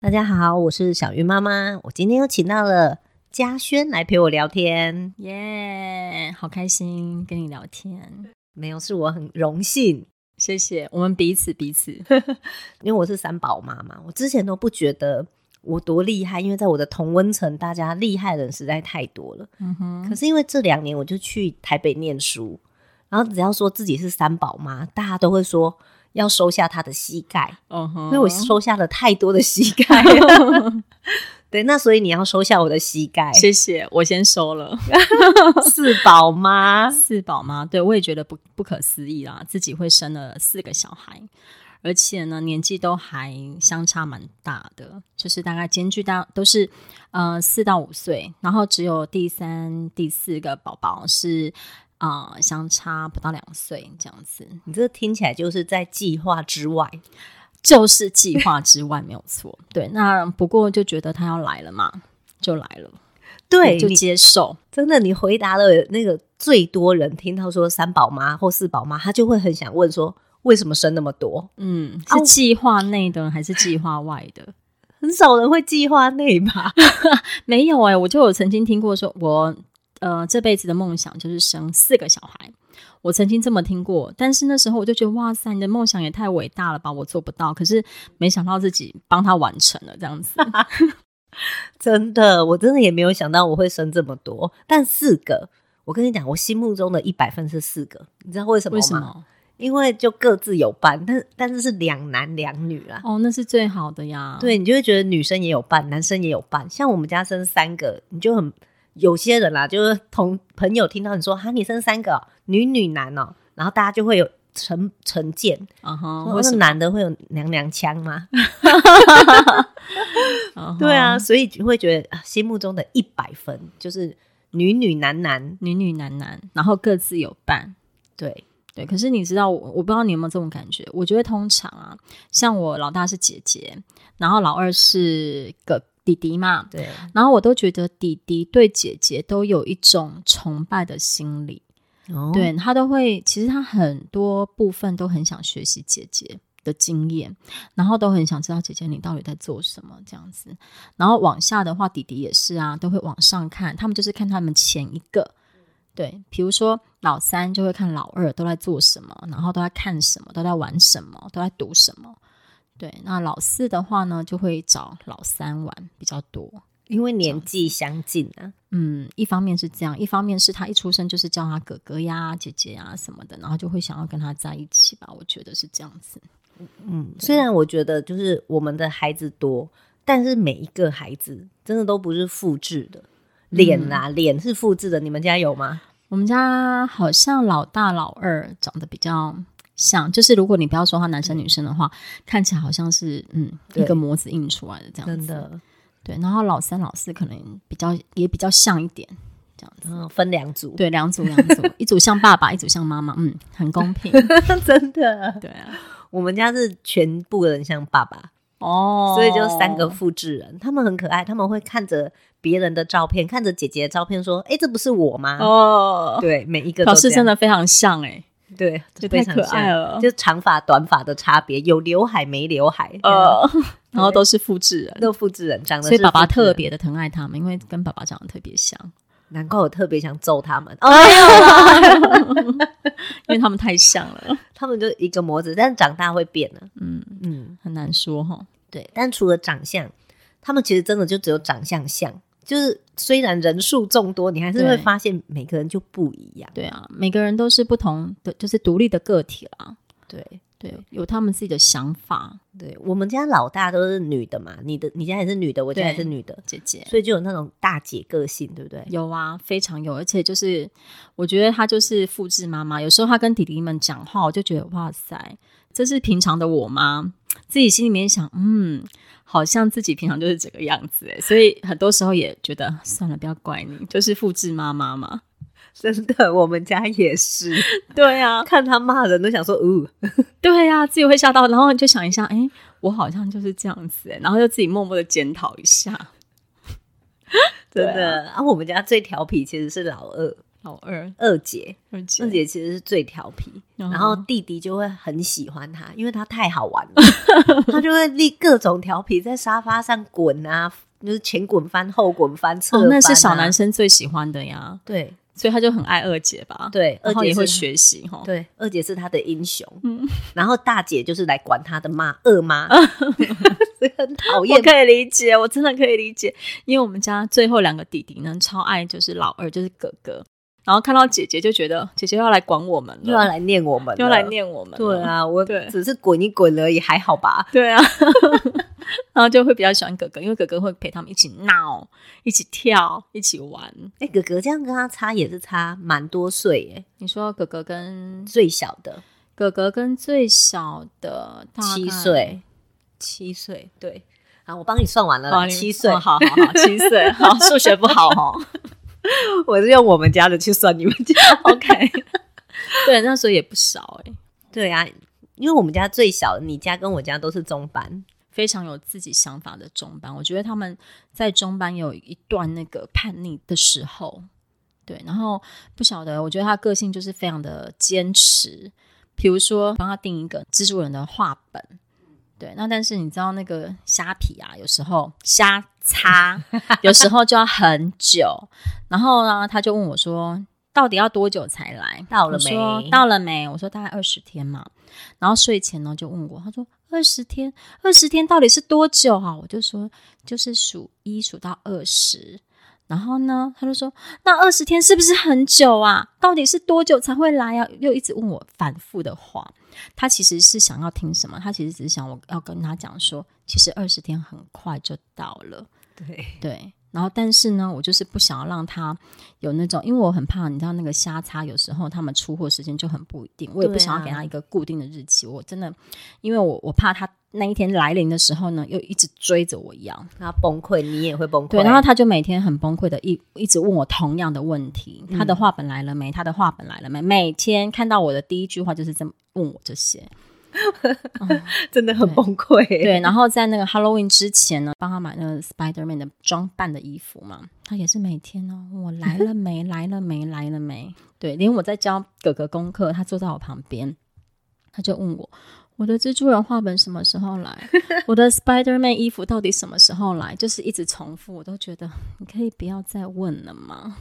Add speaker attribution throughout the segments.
Speaker 1: 大家好，我是小鱼妈妈。我今天又请到了嘉轩来陪我聊天，
Speaker 2: 耶好开心跟你聊天，
Speaker 1: 没有是我很荣幸，
Speaker 2: 谢谢，我们彼此彼 此。
Speaker 1: 因为我是三宝妈嘛。我之前都不觉得我多厉害，因为在我的同温层，大家厉害的人实在太多了。
Speaker 2: 嗯哼，
Speaker 1: 可是因为这两年我就去台北念书，然后只要说自己是三宝妈，大家都会说要收下她的膝盖，
Speaker 2: 嗯哼，
Speaker 1: 因为我收下了太多的膝盖。 对，那所以你要收下我的膝盖，
Speaker 2: 谢谢，我先收了。
Speaker 1: 四宝 妈。
Speaker 2: 四宝妈，对我也觉得不不可思议啦，自己会生了四个小孩，而且呢年纪都还相差蛮大的，就是大概间距大都是呃四到五岁，然后只有第三、第四个宝宝是啊、呃相差不到两岁这样子，
Speaker 1: 你这听起来就是在计划之外，
Speaker 2: 就是计划之外没有错。 对，那不过就觉得他要来了嘛，就来了，
Speaker 1: 对，
Speaker 2: 就
Speaker 1: 你
Speaker 2: 接受。
Speaker 1: 真的你回答了那个最多人听到说三宝妈或四宝妈，他就会很想问说为什么生那么多？
Speaker 2: 嗯，
Speaker 1: 啊我
Speaker 2: 是计划内的还是计划外的？
Speaker 1: 很少人会计划内吧？
Speaker 2: 没有哎、我就有曾经听过说，我呃这辈子的梦想就是生四个小孩。我曾经这么听过，但是那时候我就觉得哇塞，你的梦想也太伟大了吧，我做不到。可是没想到自己帮他完成了这样 子。
Speaker 1: 真的，我真的也没有想到我会生这么多，但四个。我跟你讲，我心目中的一百分是四个，你知道为什么
Speaker 2: 为
Speaker 1: 吗？
Speaker 2: 什么？
Speaker 1: 因为就各自有伴，但但是是两男两女啦。
Speaker 2: 哦，那是最好的呀。，
Speaker 1: 对你就会觉得女生也有伴，男生也有伴。像我们家生三个，你就很有些人啦、啊就是同朋友听到你说哈，你生三个哦、女女男哦，然后大家就会有成成见，
Speaker 2: 啊哈，
Speaker 1: 说
Speaker 2: 为
Speaker 1: 那
Speaker 2: 什么？
Speaker 1: 男的会有娘娘腔吗？
Speaker 2: 嗯哼
Speaker 1: 对啊，，所以就会觉得啊心目中的一百分就是女女男男，
Speaker 2: 女女男男，然后各自有伴。
Speaker 1: 对，
Speaker 2: 对，可是你知道我，我不知道你有没有这种感觉？我觉得通常啊，像我老大是姐姐，然后老二是个弟弟嘛，
Speaker 1: 对，
Speaker 2: 然后我都觉得弟弟对姐姐都有一种崇拜的心理，
Speaker 1: 哦
Speaker 2: 对他都会，其实他很多部分都很想学习姐姐的经验，然后都很想知道姐姐你到底在做什么这样子。然后往下的话，弟弟也是啊，都会往上看，他们就是看他们前一个。对，比如说老三就会看老二都在做什么，然后都在看什么，都在玩什么，都在读什么。对，那老四的话呢，就会找老三玩比较多。
Speaker 1: 因为年纪相近啊，
Speaker 2: 嗯，一方面是这样，一方面是他一出生就是叫他哥哥呀、姐姐呀什么的，然后就会想要跟他在一起吧。我觉得是这样子。
Speaker 1: 嗯，虽然我觉得就是我们的孩子多，但是每一个孩子真的都不是复制的。
Speaker 2: 嗯
Speaker 1: 脸啦、脸是复制的，你们家有 吗？
Speaker 2: 我们家好像老大、老二长得比较像，就是如果你不要说他男生女生的话，看起来好像是嗯
Speaker 1: 嗯对
Speaker 2: 一个模子印出来的这样
Speaker 1: 真
Speaker 2: 子。
Speaker 1: 的，
Speaker 2: 对，然后老三、老四可能比较也比较像一点这样子。
Speaker 1: 嗯，分两组，
Speaker 2: 对，两组两组，一组像爸爸，一组像妈妈，嗯，很公平。
Speaker 1: 真的。
Speaker 2: 对 啊，
Speaker 1: 我们家是全部人像爸爸，
Speaker 2: 哦
Speaker 1: 所以就三个复制人。他们很可爱，他们会看着别人的照片，看着姐姐的照片说：“哎、这不是我吗？”
Speaker 2: 哦，
Speaker 1: 对，每一个
Speaker 2: 老
Speaker 1: 都
Speaker 2: 师
Speaker 1: 这
Speaker 2: 真
Speaker 1: 样
Speaker 2: 的非常像哎、
Speaker 1: 对，
Speaker 2: 也
Speaker 1: 非
Speaker 2: 太
Speaker 1: 常
Speaker 2: 可爱
Speaker 1: 像
Speaker 2: 了
Speaker 1: 就长发短发的差别，有刘海没刘海，呃，
Speaker 2: 呃，然后都是复制人，
Speaker 1: 都复制人，长得
Speaker 2: 所以
Speaker 1: 是
Speaker 2: 爸爸
Speaker 1: 复制人
Speaker 2: 特别的疼爱他们，因为跟爸爸长得特 别像，
Speaker 1: 难怪我特别想揍他 们。哎呀，
Speaker 2: 因为他们太像了，
Speaker 1: 他们就一个模子，但是长大会变的、
Speaker 2: 嗯，
Speaker 1: 嗯，
Speaker 2: 很难说哈。
Speaker 1: 对。但除了长相，他们其实真的就只有长相像，就是虽然人数众多，你还是会
Speaker 2: 对
Speaker 1: 发现每个人就不一样。
Speaker 2: 对啊，每个人都是不同的，就是独立的个体啦，
Speaker 1: 对
Speaker 2: 对，有他们自己的想法。
Speaker 1: 对，我们家老大都是女的嘛，你的你家也是女的，我家
Speaker 2: 对
Speaker 1: 也是女的，
Speaker 2: 姐姐
Speaker 1: 所以就有那种大姐个性，对不对？
Speaker 2: 有啊，非常有，而且就是我觉得她就是复制妈妈，有时候她跟弟弟们讲话，我就觉得哇塞，这是平常的我吗？自己心里面想，嗯，好像自己平常就是这个样子哎，所以很多时候也觉得算了，不要怪你，就是复制妈妈嘛。
Speaker 1: 真的，我们家也是，
Speaker 2: 对啊，
Speaker 1: 看他骂人都想说，哦呜、
Speaker 2: 对啊，自己会吓到，然后就想一下，哎，我好像就是这样子，欸诶然后就自己默默的检讨一下。
Speaker 1: 真
Speaker 2: 对
Speaker 1: 啊的啊我们家最调皮其实是老二，
Speaker 2: 好二
Speaker 1: 二姐，
Speaker 2: 二姐
Speaker 1: 二姐其实是最调皮，
Speaker 2: 嗯
Speaker 1: 然后弟弟就会很喜欢她，因为她太好 玩了，他就会立各种调皮，在沙发上滚啊，就是前滚翻、后滚翻、侧
Speaker 2: 哦
Speaker 1: 翻、，啊
Speaker 2: 那是小男，生最喜欢的呀，
Speaker 1: 对
Speaker 2: 所以他就很爱二姐吧？，
Speaker 1: 对，二
Speaker 2: 然后
Speaker 1: 姐
Speaker 2: 也
Speaker 1: 是
Speaker 2: 会
Speaker 1: 她
Speaker 2: 学习哈。
Speaker 1: 对，二姐是他的英雄，
Speaker 2: 嗯
Speaker 1: 然后大姐就是来管他的骂二 妈，所以很讨厌
Speaker 2: 我。可以理解，我真的可以理解，因为我们家最后两个弟弟呢，超爱就是老二，就是哥哥，然后看到姐姐就觉得姐姐又要来管我们了，
Speaker 1: 又要来念我们，
Speaker 2: 又要来。念我们，
Speaker 1: 对，啊，我
Speaker 2: 对
Speaker 1: 只是滚一滚而已，还好吧？
Speaker 2: 对啊， 然后就会比较喜欢哥哥，因为哥哥会陪他们一起闹、一起跳、一起玩。
Speaker 1: 哎、哥哥这样跟他差也是差蛮多岁耶，
Speaker 2: 你说哥哥跟
Speaker 1: 最小的
Speaker 2: 哥哥跟最小的大概
Speaker 1: 七岁，七岁，对。啊，我帮你算完了
Speaker 2: 哦
Speaker 1: 啦，
Speaker 2: 你
Speaker 1: 七岁
Speaker 2: 哦，好好好，七 岁，好，数学不好哦。
Speaker 1: 我是用我们家的去算你们家。
Speaker 2: OK，对，那时候也不少哎、
Speaker 1: 对啊，因为我们家最小，你家跟我家都是中班，
Speaker 2: 非常有自己想法的中班。我觉得他们在中班有一段那个叛逆的时候，对，然后不晓得，我觉得他个性就是非常的坚持。比如说，帮他定一个蜘蛛人的画本，对，那但是你知道那个虾皮啊，有时候虾擦，有时候就要很久。然后呢，他就问我说。到底要多久才来？
Speaker 1: 到了
Speaker 2: 我说
Speaker 1: 没
Speaker 2: 到了没？我说大概二十天嘛。然后睡前呢就问我，他说二十天，二十天到底是多久啊？我就说就是数一数到二十。然后呢，他就说那二十天是不是很久啊？到底是多久才会来啊？又一直问我反复的话。他其实是想要听什么？他其实只是想我要跟他讲说，其实二十天很快就到了。
Speaker 1: 对，
Speaker 2: 对，然后但是呢，我就是不想要让他有那种，因为我很怕，你知道那个虾叉有时候他们出货时间就很不一定，我也不
Speaker 1: 对
Speaker 2: 想要给
Speaker 1: 啊
Speaker 2: 他一个固定的日期，我真的，因为我我怕他那一天来临的时候呢，又一直追着我要，
Speaker 1: 他崩溃，你也会崩溃。
Speaker 2: 对，然后他就每天很崩溃的一一直问我同样的问题，他
Speaker 1: 嗯
Speaker 2: 的画本来了没？他的画本来了没？每天看到我的第一句话就是这么问我这些，
Speaker 1: 真的很
Speaker 2: 对
Speaker 1: 崩溃耶。
Speaker 2: 对，然后在那个 Halloween 之前呢，帮他买那个 Spider Man 的装扮的衣服嘛，他也是每天哦，我来了没，来了没，来了没？对，连我在教哥哥功课，他坐在我旁边，他就问我。我的蜘蛛人画本什么时候来？我的 Spider Man 衣服到底什么时候来？就是一直重复，我都觉得你可以不要再问了吗？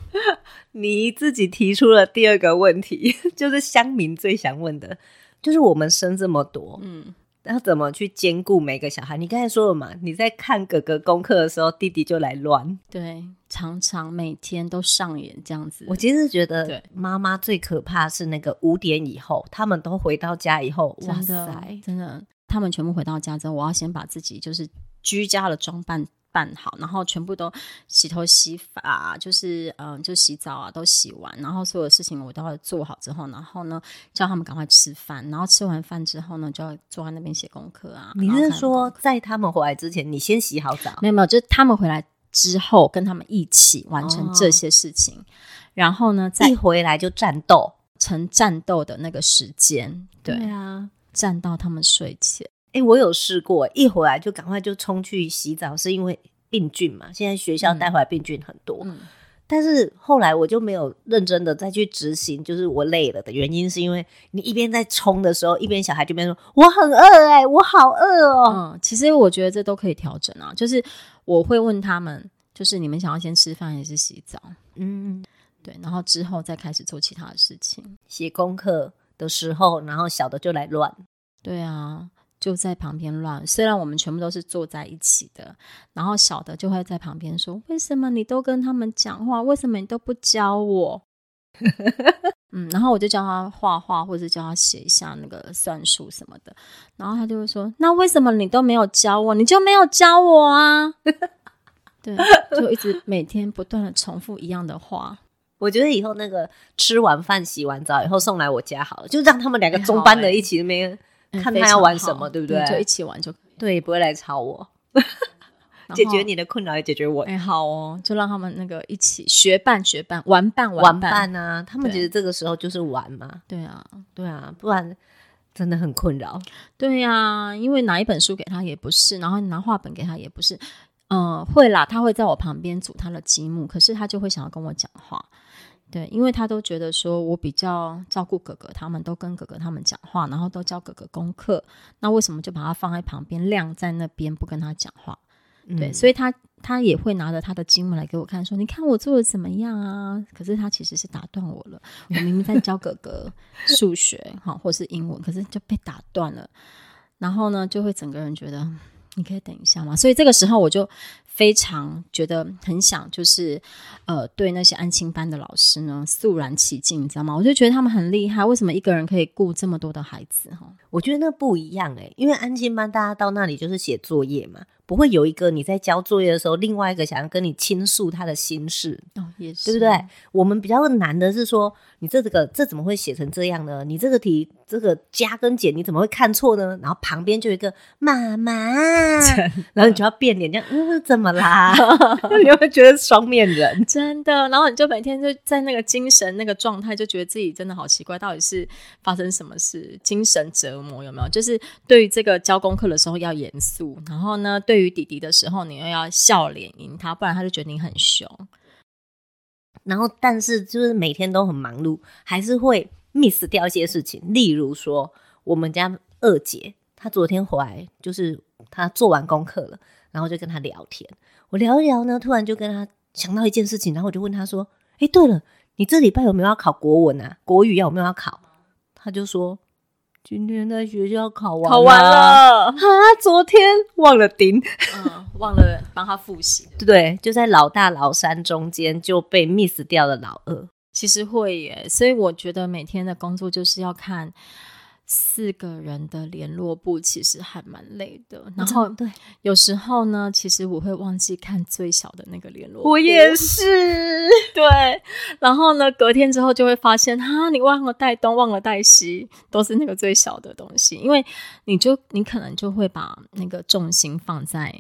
Speaker 1: 你自己提出了第二个问题， 就是乡民最想问的，就是我们生这么多，
Speaker 2: 嗯，
Speaker 1: 要怎么去兼顾每个小孩？你刚才说了嘛，你在看哥哥功课的时候，弟弟就来乱。
Speaker 2: 对，常常每天都上演这样子。
Speaker 1: 我其实觉
Speaker 2: 对
Speaker 1: 得妈妈最可怕是那个五点以后，他们都回到家以后，哇
Speaker 2: 真的
Speaker 1: 塞，
Speaker 2: 真的，他们全部回到家之后，我要先把自己就是居家的装扮办好，然后全部都洗头、洗发、就是嗯，就洗澡啊，都洗完，然后所有事情我都要做好之后，然后呢，叫他们赶快吃饭，然后吃完饭之后呢，就要坐在那边写功课啊。
Speaker 1: 你
Speaker 2: 然后
Speaker 1: 是
Speaker 2: 看
Speaker 1: 说
Speaker 2: 功课
Speaker 1: 在他们回来之前，你先洗好澡？
Speaker 2: 没有没有，就是他们回来之后，跟他们一起完成
Speaker 1: 哦
Speaker 2: 这些事情，然后呢，再
Speaker 1: 一回来就战斗？
Speaker 2: 成战斗的那个时间，对，
Speaker 1: 啊，
Speaker 2: 战到他们睡前。
Speaker 1: 哎、我有试过，一回来就赶快就冲去洗澡，是因为病菌嘛。现在学校
Speaker 2: 嗯
Speaker 1: 带回来病菌很多，
Speaker 2: 嗯
Speaker 1: 但是后来我就没有认真的再去执行，就是我累了的原因，是因为你一边在冲的时候，一边小孩就边说“我很饿哎、我好饿哦、
Speaker 2: 嗯，其实我觉得这都可以调整啊。就是我会问他们，就是你们想要先吃饭还是洗澡？
Speaker 1: 嗯，
Speaker 2: 对，然后之后再开始做其他的事情。
Speaker 1: 写功课的时候，然后小的就来乱，
Speaker 2: 对啊，就在旁边乱。虽然我们全部都是坐在一起的，然后小的就会在旁边说：“为什么你都跟他们讲话？为什么你都不教我？” 嗯，然后我就教他画画，或是教他写一下那个算术什么的，然后他就会说：“那为什么你都没有教我？你就没有教我啊？” 对，就一直每天不断的重复一样的话。
Speaker 1: 我觉得以后那个吃完饭、洗完澡以后送来我家好了，就让他们
Speaker 2: 哎
Speaker 1: 两个中班
Speaker 2: 欸
Speaker 1: 的一起那边、
Speaker 2: 嗯
Speaker 1: 看
Speaker 2: 非
Speaker 1: 他要
Speaker 2: 常
Speaker 1: 玩什
Speaker 2: 好嗯
Speaker 1: 么对不
Speaker 2: 就
Speaker 1: 对
Speaker 2: 一起玩就可以
Speaker 1: 对，不会来吵我，
Speaker 2: 然
Speaker 1: 解
Speaker 2: 后
Speaker 1: 决你的困扰也解决我的
Speaker 2: 哎、好哦，就让他们那个一起学伴学伴玩伴
Speaker 1: 玩
Speaker 2: 伴，
Speaker 1: 伴啊，他们
Speaker 2: 对
Speaker 1: 其实这个时候就是玩嘛，
Speaker 2: 对啊，
Speaker 1: 对啊，不然真的很困扰。
Speaker 2: 对呀、因为拿一本书给他也不是，然后拿画本给他也不是，呃嗯、会啦，他会在我旁边煮他的积木，可是他就会想要跟我讲话。对，因为他都觉得说我比较照顾哥哥，他们都跟哥哥他们讲话，然后都教哥哥功课，那为什么就把他放在旁边晾在那边不跟他讲话？对，所
Speaker 1: 以
Speaker 2: 以他他也会拿着他的经文来给我看，说你看我做的怎么样啊？可是他其实是打断我了，我明明在教哥哥 数学哈，或是英文，可是就被打断了。然后呢，就会整个人觉得嗯你可以等一下吗？所以这个时候我就非常觉得很想，就是呃，对那些安亲班的老师呢肃然起敬，你知道吗？我就觉得他们很厉害，为什么一个人可以顾这么多的孩子哈？
Speaker 1: 我觉得那不一样哎、因为安亲班大家到那里就是写作业嘛，不会有一个你在交作业的时候，另外一个想要跟你倾诉他的心事，
Speaker 2: 哦，也是
Speaker 1: 对不对？我们比较难的是说，你这个这怎么会写成这样呢？你这个题这个加跟减你怎么会看错呢？然后旁边就有一个妈 妈，然后你就要变脸，这样嗯怎么 啦？你会觉得双面人。
Speaker 2: 真的，然后你就每天就在那个精神那个状态，就觉得自己真的好奇怪，到底是发生什么事？精神折磨有没有？就是对于这个教功课的时候要严肃，然后呢，对于弟弟的时候你又要笑脸迎他，不然他就觉得你很凶。
Speaker 1: 然后，但是就是每天都很忙碌，还是会 miss 掉一些事情。例如说，我们家二姐，她昨天回来，就是她做完功课了，然后就跟她聊天。我聊一聊呢，突然就跟她想到一件事情，然后我就问她说：“哎，对了，你这礼拜有没有要考国文啊？国语有没有要考？”她就说：“今天在学校考完，
Speaker 2: 考完。了，
Speaker 1: 啊，昨天忘了顶。”
Speaker 2: 嗯，忘了帮他复习。
Speaker 1: 对，就在老大老三中间就被 miss 掉了老二。
Speaker 2: 其实会耶，所以我觉得每天的工作就是要看四个人的联络簿，其实还蛮累的。然后
Speaker 1: 对，
Speaker 2: 有时候呢，其实我会忘记看最小的那个联络簿。
Speaker 1: 我也是。
Speaker 2: 对，然后呢，隔天之后就会发现，哈，你忘了带东，忘了带西，都是那个最小的东西，因为你就你可能就会把那个重心放在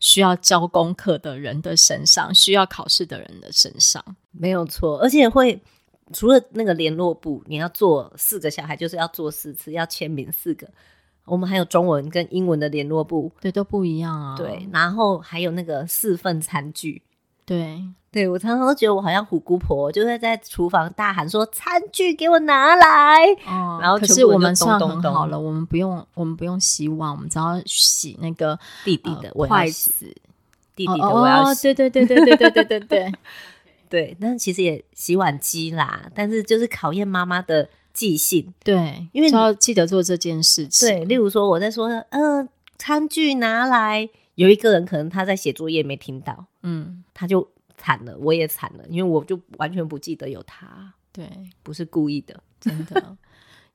Speaker 2: 需要交功课的人的身上，需要考试的人的身上。
Speaker 1: 没有错，而且会除了那个联络部，你要做四个小孩，就是要做四次，要签名四个。我们还有中文跟英文的联络部，
Speaker 2: 对，都不一样啊。
Speaker 1: 对，然后还有那个四份餐具。
Speaker 2: 对，
Speaker 1: 对我常常都觉得我好像虎姑婆，就会在厨房大喊说：“餐具给我拿来
Speaker 2: 哦
Speaker 1: 然后
Speaker 2: 可
Speaker 1: 全
Speaker 2: 是
Speaker 1: 部
Speaker 2: 我
Speaker 1: 人
Speaker 2: 们
Speaker 1: 就
Speaker 2: 算
Speaker 1: 咚
Speaker 2: 很
Speaker 1: 咚
Speaker 2: 好了，我们不用，我们不用洗碗，我们只要洗那个！”
Speaker 1: 弟弟
Speaker 2: 呃
Speaker 1: 的我要
Speaker 2: 筷
Speaker 1: 啊洗，
Speaker 2: 子，
Speaker 1: 弟
Speaker 2: 弟
Speaker 1: 弟的我要
Speaker 2: 哦，
Speaker 1: 洗，
Speaker 2: 对对对对对对对对对。
Speaker 1: 对，但其实也洗碗机啦，但是就是考验妈妈的记性。
Speaker 2: 对，
Speaker 1: 因为
Speaker 2: 就
Speaker 1: 你
Speaker 2: 要记得做这件事情。
Speaker 1: 对，例如说我在说，嗯、餐具拿来，有一个人可能他在写作业没听到，
Speaker 2: 嗯，
Speaker 1: 他就惨了，我也惨了，因为我就完全不记得有他，
Speaker 2: 对，
Speaker 1: 不是故意的。
Speaker 2: 真的。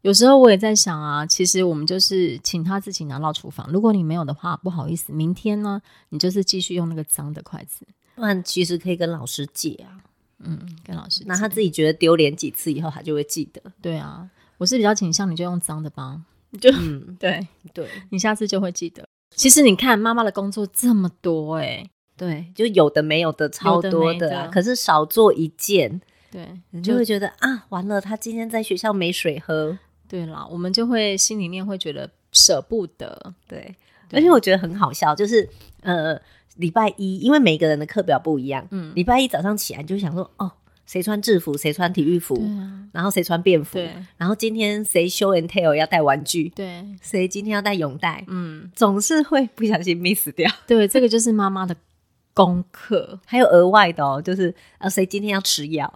Speaker 2: 有时候我也在想啊，其实我们就是请他自己拿到厨房。如果你没有的话，不好意思，明天呢，你就是继续用那个脏的筷子。
Speaker 1: 不然其实可以跟老师借啊，
Speaker 2: 嗯，跟老师
Speaker 1: 那他自
Speaker 2: 己
Speaker 1: 己觉得丢脸几次以后，他就会记得。
Speaker 2: 对啊，我是比较倾向你就用脏的吧。
Speaker 1: 嗯，
Speaker 2: 对
Speaker 1: 对
Speaker 2: 你下次就会记得。其实你看，妈妈的工作这么多、欸，
Speaker 1: 对，就有的没有的超多的
Speaker 2: 有的嗯
Speaker 1: 啊，
Speaker 2: 没的
Speaker 1: 可是少做一件，
Speaker 2: 对，
Speaker 1: 你就会觉得啊，完了，他今天在学校没水喝。
Speaker 2: 对啦，我们就会心里面会觉得舍不得。
Speaker 1: 对，
Speaker 2: 对
Speaker 1: 而且我觉得很好笑，就是呃，礼拜一，因为每个人的课表不一样，
Speaker 2: 嗯，
Speaker 1: 礼拜一早上起来你就想说，哦，谁穿制服，谁穿体育服，
Speaker 2: 对啊，
Speaker 1: 然后谁穿便服，
Speaker 2: 对
Speaker 1: 然后今天谁 show and tell 要带玩具，
Speaker 2: 对，
Speaker 1: 谁今天要带泳带，
Speaker 2: 嗯，
Speaker 1: 总是会不小心 miss 掉。
Speaker 2: 对，这个就是妈妈的功课。
Speaker 1: 还有额外的哦，就是呃，谁今天要吃药，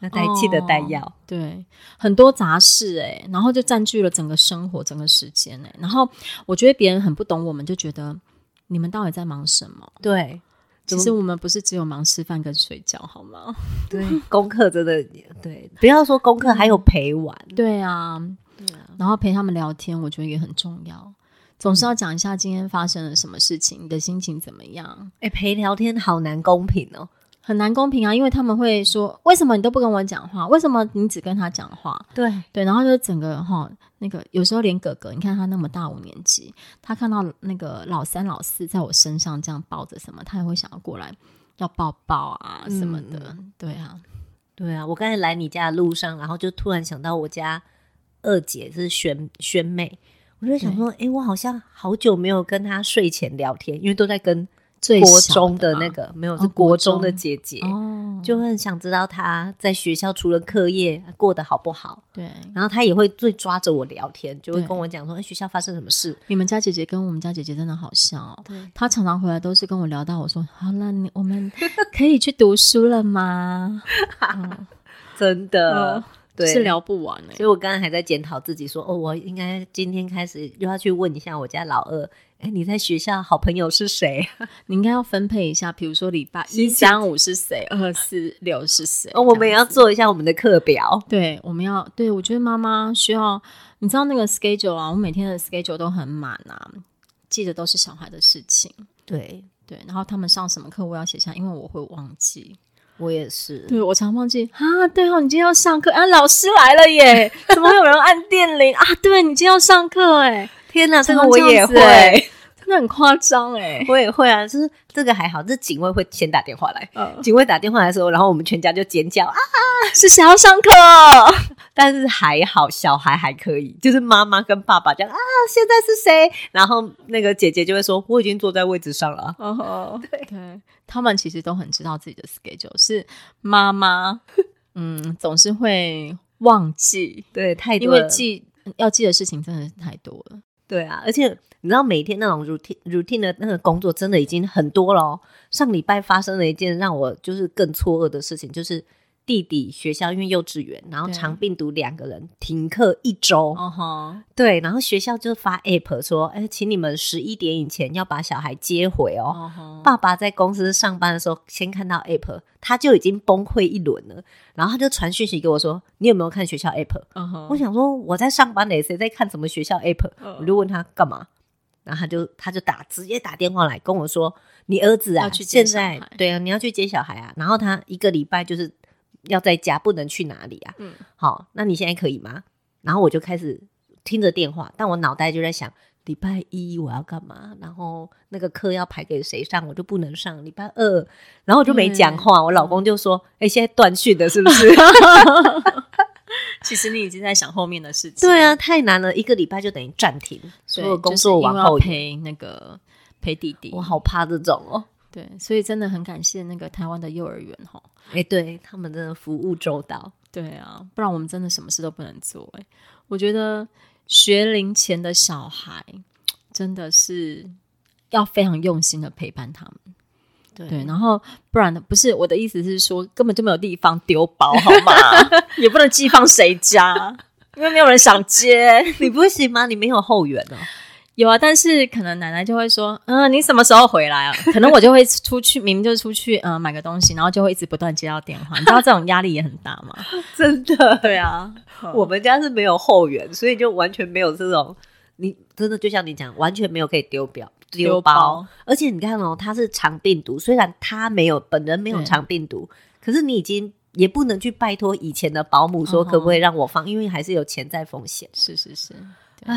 Speaker 1: 要带、
Speaker 2: 哦
Speaker 1: 记得带药。
Speaker 2: 对，很多杂事哎、然后就占据了整个生活、整个时间哎、然后我觉得别人很不懂我们，就觉得你们到底在忙什么？
Speaker 1: 对
Speaker 2: 其
Speaker 1: 怎么
Speaker 2: 实我们不是只有忙吃饭跟睡觉好吗？
Speaker 1: 对，功课真的对，不要说功课，还有陪玩。
Speaker 2: 对啊，
Speaker 1: 嗯
Speaker 2: 然后陪他们聊天，我觉得也很重要。总是要讲一下今天发生了什么事情，你的心情怎么样，
Speaker 1: 哎、陪聊天好难公平哦。
Speaker 2: 很难公平啊，因为他们会说为什么你都不跟我讲话，为什么你只跟他讲话？
Speaker 1: 对，
Speaker 2: 对，然后就整个哈、那个有时候连哥哥，你看他那么大五年级，他看到那个老三老四在我身上这样抱着什么，他也会想要过来要抱抱啊什么的。
Speaker 1: 嗯
Speaker 2: 对啊，
Speaker 1: 对啊，我刚才来你家的路上，然后就突然想到我家二姐是萱萱妹，我就想说，哎、我好像好久没有跟她睡前聊天，因为都在跟
Speaker 2: 最
Speaker 1: 国
Speaker 2: 小
Speaker 1: 中的
Speaker 2: 嘛
Speaker 1: 那个没有
Speaker 2: 哦
Speaker 1: 是
Speaker 2: 国
Speaker 1: 国中的
Speaker 2: 中
Speaker 1: 姐姐，
Speaker 2: 哦，
Speaker 1: 就会很想知道他在学校除了课业过得好不好，
Speaker 2: 对，
Speaker 1: 然后他也会最抓着我聊天，就会
Speaker 2: 对
Speaker 1: 跟我讲说，哎，学校发生什么 事？
Speaker 2: 你们家姐姐跟我们家姐姐真的好像哦。
Speaker 1: 对，
Speaker 2: 她常常回来都是跟我聊到，我说好了，你我们可以去读书了吗？
Speaker 1: 真的，
Speaker 2: 嗯
Speaker 1: 对，
Speaker 2: 是聊不完哎、
Speaker 1: 所以我刚刚还在检讨自己说，哦，我应该今天开始又要去问一下我家老二，哎，你在学校好朋友是谁？。
Speaker 2: 你应该要分配一下，比如说礼拜一、三、五是谁，二、四、六是谁
Speaker 1: 哦，我们
Speaker 2: 这
Speaker 1: 也
Speaker 2: 样
Speaker 1: 要做一下我们的课表。
Speaker 2: 对，我们要对我觉得妈妈需要，你知道那个 schedule 啊，我每天的 schedule 都很满啊，记得都是小孩的事情。
Speaker 1: 对
Speaker 2: 对，然后他们上什么课我要写下，因为我会忘记。
Speaker 1: 我也是，
Speaker 2: 对，我常忘记啊。对哦，你今天要上课啊，老师来了耶！怎么会有人按电铃啊？对，你今天要上课哎，
Speaker 1: 天哪，这
Speaker 2: 常
Speaker 1: 个
Speaker 2: 常
Speaker 1: 我
Speaker 2: 这样
Speaker 1: 也
Speaker 2: 子
Speaker 1: 会，
Speaker 2: 欸真的很夸张哎。
Speaker 1: 我也会啊，就是这个还好，这警卫会先打电话来。
Speaker 2: 呃，
Speaker 1: 警卫打电话来的时候，然后我们全家就尖叫啊！
Speaker 2: 是想要上课，
Speaker 1: 但是还好，小孩还可以，就是妈妈跟爸爸讲啊，现在是谁？然后那个姐姐就会说，我已经坐在位置上了啊。
Speaker 2: 哦， 对对，他们其实都很知道自己的 schedule，是妈妈，嗯，总是会忘记，
Speaker 1: 对，太
Speaker 2: 因
Speaker 1: 多了，
Speaker 2: 为记要记的事情真的是太多了。
Speaker 1: 对啊，而且你知道每天那种 routine routine 的那个工作真的已经很多了哦、上礼拜发生了一件让我就是更错愕的事情，就是弟弟学校因为幼稚园，然后
Speaker 2: 对啊
Speaker 1: 长病毒两个人停课一周，
Speaker 2: 哦哈，
Speaker 1: 对，然后学校就发 app 说，哎，请你们十一点以前要把小孩接回哦。
Speaker 2: 哦哈，
Speaker 1: 爸爸在公司上班的时候，先看到 app，他就已经崩溃一轮了，然后他就传讯息给我说，你有没有看学校 app？
Speaker 2: 嗯哼
Speaker 1: 我想说我在上班嘞，谁在看什么学校 app？、
Speaker 2: 嗯
Speaker 1: 我就问他干嘛，然后他就他就打直接打电话来跟我说，你儿子啊，
Speaker 2: 要去接
Speaker 1: 现
Speaker 2: 小孩
Speaker 1: 在对啊，你要去接小孩啊，然后他一个礼拜就是要在家，不能去哪里啊。
Speaker 2: 嗯
Speaker 1: 好，那你现在可以吗？然后我就开始听着电话，但我脑袋就在想，礼拜一我要干嘛？然后那个课要排给谁上，我就不能上。礼拜二，然后我就没讲话，
Speaker 2: 嗯
Speaker 1: 我老公就说：“哎、现在断讯的是不是？”
Speaker 2: 其实你已经在想后面的事情
Speaker 1: 对啊，，太难了，一个礼拜就等于暂停，所
Speaker 2: 对
Speaker 1: 有工
Speaker 2: 就是
Speaker 1: 作
Speaker 2: 因
Speaker 1: 往
Speaker 2: 为要
Speaker 1: 后延。
Speaker 2: 陪那个陪弟弟
Speaker 1: 我，好怕这种哦。
Speaker 2: 对，所以真的很感谢那个台湾的幼儿园哈。
Speaker 1: 哎、对他们真的服务周到，
Speaker 2: 对啊，不然我们真的什么事都不能做、欸。我觉得学龄前的小孩真的是要非常用心的陪伴他们。
Speaker 1: 对
Speaker 2: 对，然后不然的不是我的意思是说，根本就没有地方丢包，好吗？ 也不能寄放谁家，因为没有人想接。
Speaker 1: 你不行吗？你没有后援哦。
Speaker 2: 有啊，但是可能奶奶就会说，嗯、你什么时候回来啊？可能我就会出去，明明就是出去，嗯、买个东西，然后就会一直不断接到电话。你知道这种压力也很大吗？
Speaker 1: 真的，
Speaker 2: 对啊，
Speaker 1: 我们家是没有后援，所以就完全没有这种。你真的就像你讲，完全没有可以丢表
Speaker 2: 丢
Speaker 1: 包
Speaker 2: 包，
Speaker 1: 而且你看哦，他是肠病毒，虽然他没有本人没有
Speaker 2: 对
Speaker 1: 肠病毒，
Speaker 2: 嗯
Speaker 1: 可是你已经也不能去拜托以前的保姆说
Speaker 2: 嗯哼
Speaker 1: 可不可以让我放，因为还是有潜在风险。
Speaker 2: 是是是，哎，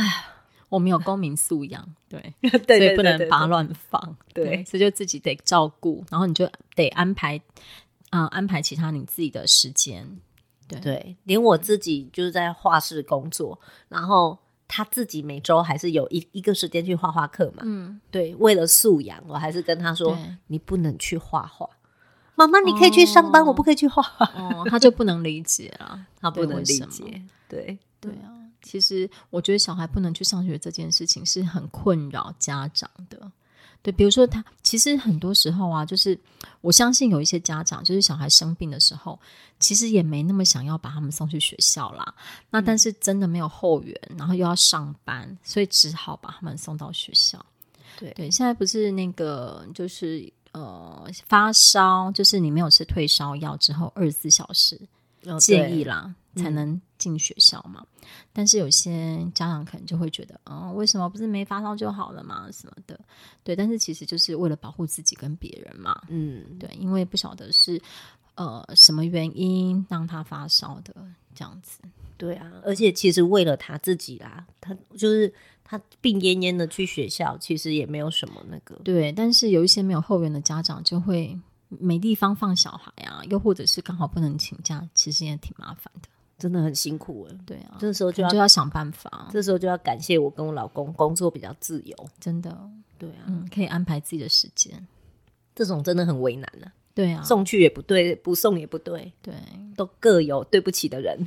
Speaker 2: 我们有公民素养， 对，
Speaker 1: 对
Speaker 2: 所
Speaker 1: 对
Speaker 2: 以不
Speaker 1: 对
Speaker 2: 能
Speaker 1: 对
Speaker 2: 拔
Speaker 1: 对
Speaker 2: 乱放，
Speaker 1: 对
Speaker 2: 所以就自己得照顾，然后你就得安排，啊、安排其他你自己的时间，
Speaker 1: 对，连我自己就是在画室工作，然后他自己每周还是有一一个时间去画画课嘛。
Speaker 2: 嗯，
Speaker 1: 对，为了素养，我还是跟他说
Speaker 2: 对，
Speaker 1: 你不能去画画。妈妈，你可以去上班，
Speaker 2: 哦
Speaker 1: 我不可以去画画。
Speaker 2: 哦，他就不能理解了，
Speaker 1: 他不
Speaker 2: 对
Speaker 1: 能
Speaker 2: 为
Speaker 1: 理
Speaker 2: 什么
Speaker 1: 解，对
Speaker 2: 对啊，其实我觉得小孩不能去上学这件事情是很困扰家长的。对，比如说他，其实很多时候啊，就是我相信有一些家长，就是小孩生病的时候，其实也没那么想要把他们送去学校啦。那但是真的没有后援，然后又要上班，所以只好把他们送到学校。
Speaker 1: 对
Speaker 2: 对，现在不是那个就是呃发烧，就是你没有吃退烧药之后二十四小时
Speaker 1: 哦
Speaker 2: 建议
Speaker 1: 对嗯
Speaker 2: 啦，才能进学校嘛。但是有些家长可能就会觉得，嗯，为什么不是没发烧就好了嘛，什么的。对，但是其实就是为了保护自己跟别人嘛。
Speaker 1: 嗯，
Speaker 2: 对，因为不晓得是呃什么原因让他发烧的这样子。
Speaker 1: 对啊。而且其实为了他自己啦，他就是他病恹恹的去学校，其实也没有什么那个。
Speaker 2: 对，但是有一些没有后援的家长就会没地方放小孩啊，又或者是刚好不能请假，其实也挺麻烦的。
Speaker 1: 真的很辛苦哎。
Speaker 2: 对啊，
Speaker 1: 这时候就
Speaker 2: 就
Speaker 1: 要
Speaker 2: 就要想办法，
Speaker 1: 这时候就要感谢我跟我老公工作比较自由。
Speaker 2: 真的，
Speaker 1: 对啊，
Speaker 2: 嗯，可以安排自己的时间。
Speaker 1: 这种真的很为难啊。
Speaker 2: 对啊，
Speaker 1: 送去也不对，不送也不对，
Speaker 2: 对
Speaker 1: 都各有对不起的人。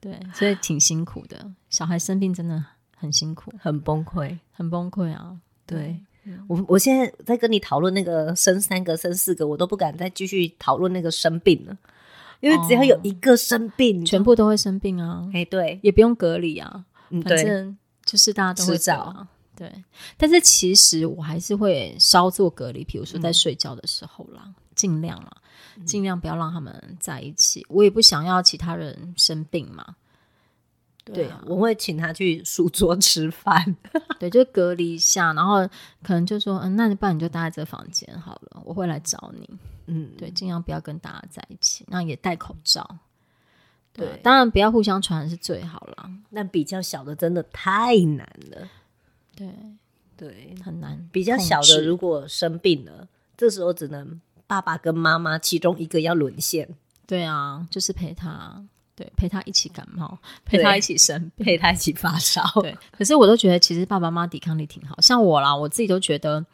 Speaker 2: 对， 所以挺辛苦的。小孩生病真的 很辛苦，
Speaker 1: 很崩溃。
Speaker 2: 很崩溃啊。
Speaker 1: 对，我，我现在在跟你讨论那个生三个、生四个，我都不敢再继续讨论那个生病了，因为只要有一个生病，
Speaker 2: 全部都会生病啊，
Speaker 1: 哎对，
Speaker 2: 也不用隔离啊，
Speaker 1: 嗯
Speaker 2: 反
Speaker 1: 对，
Speaker 2: 正就是大家都会
Speaker 1: 迟早
Speaker 2: 得啊。对，但是其实我还是会稍作隔离，比如说在
Speaker 1: 嗯
Speaker 2: 睡觉的时候啦，尽量啦，尽量不要让他们在一起。我也不想要其他人生病嘛，
Speaker 1: 对啊，我会请他去书桌吃饭。
Speaker 2: 对，就隔离一下，然后可能就说，嗯，那你不然你就待在这房间好了，我会来找你。
Speaker 1: 嗯，
Speaker 2: 对，尽量不要跟大家在一起，那也戴口罩。对啊，
Speaker 1: 对
Speaker 2: 当然不要互相传染是最好啦。
Speaker 1: 那比较小的真的太难了，
Speaker 2: 对，
Speaker 1: 对，
Speaker 2: 很难。
Speaker 1: 比较小
Speaker 2: 控
Speaker 1: 的
Speaker 2: 制
Speaker 1: 如果生病了，这时候只能爸爸跟妈妈其中一个要沦陷，
Speaker 2: 对啊，就是陪他，对，陪他一起感冒，
Speaker 1: 对
Speaker 2: 陪他一起生病。
Speaker 1: 陪他一起发烧。
Speaker 2: 对，可是我都觉得其实爸爸妈妈抵抗力挺好，像我啦，我自己都觉得。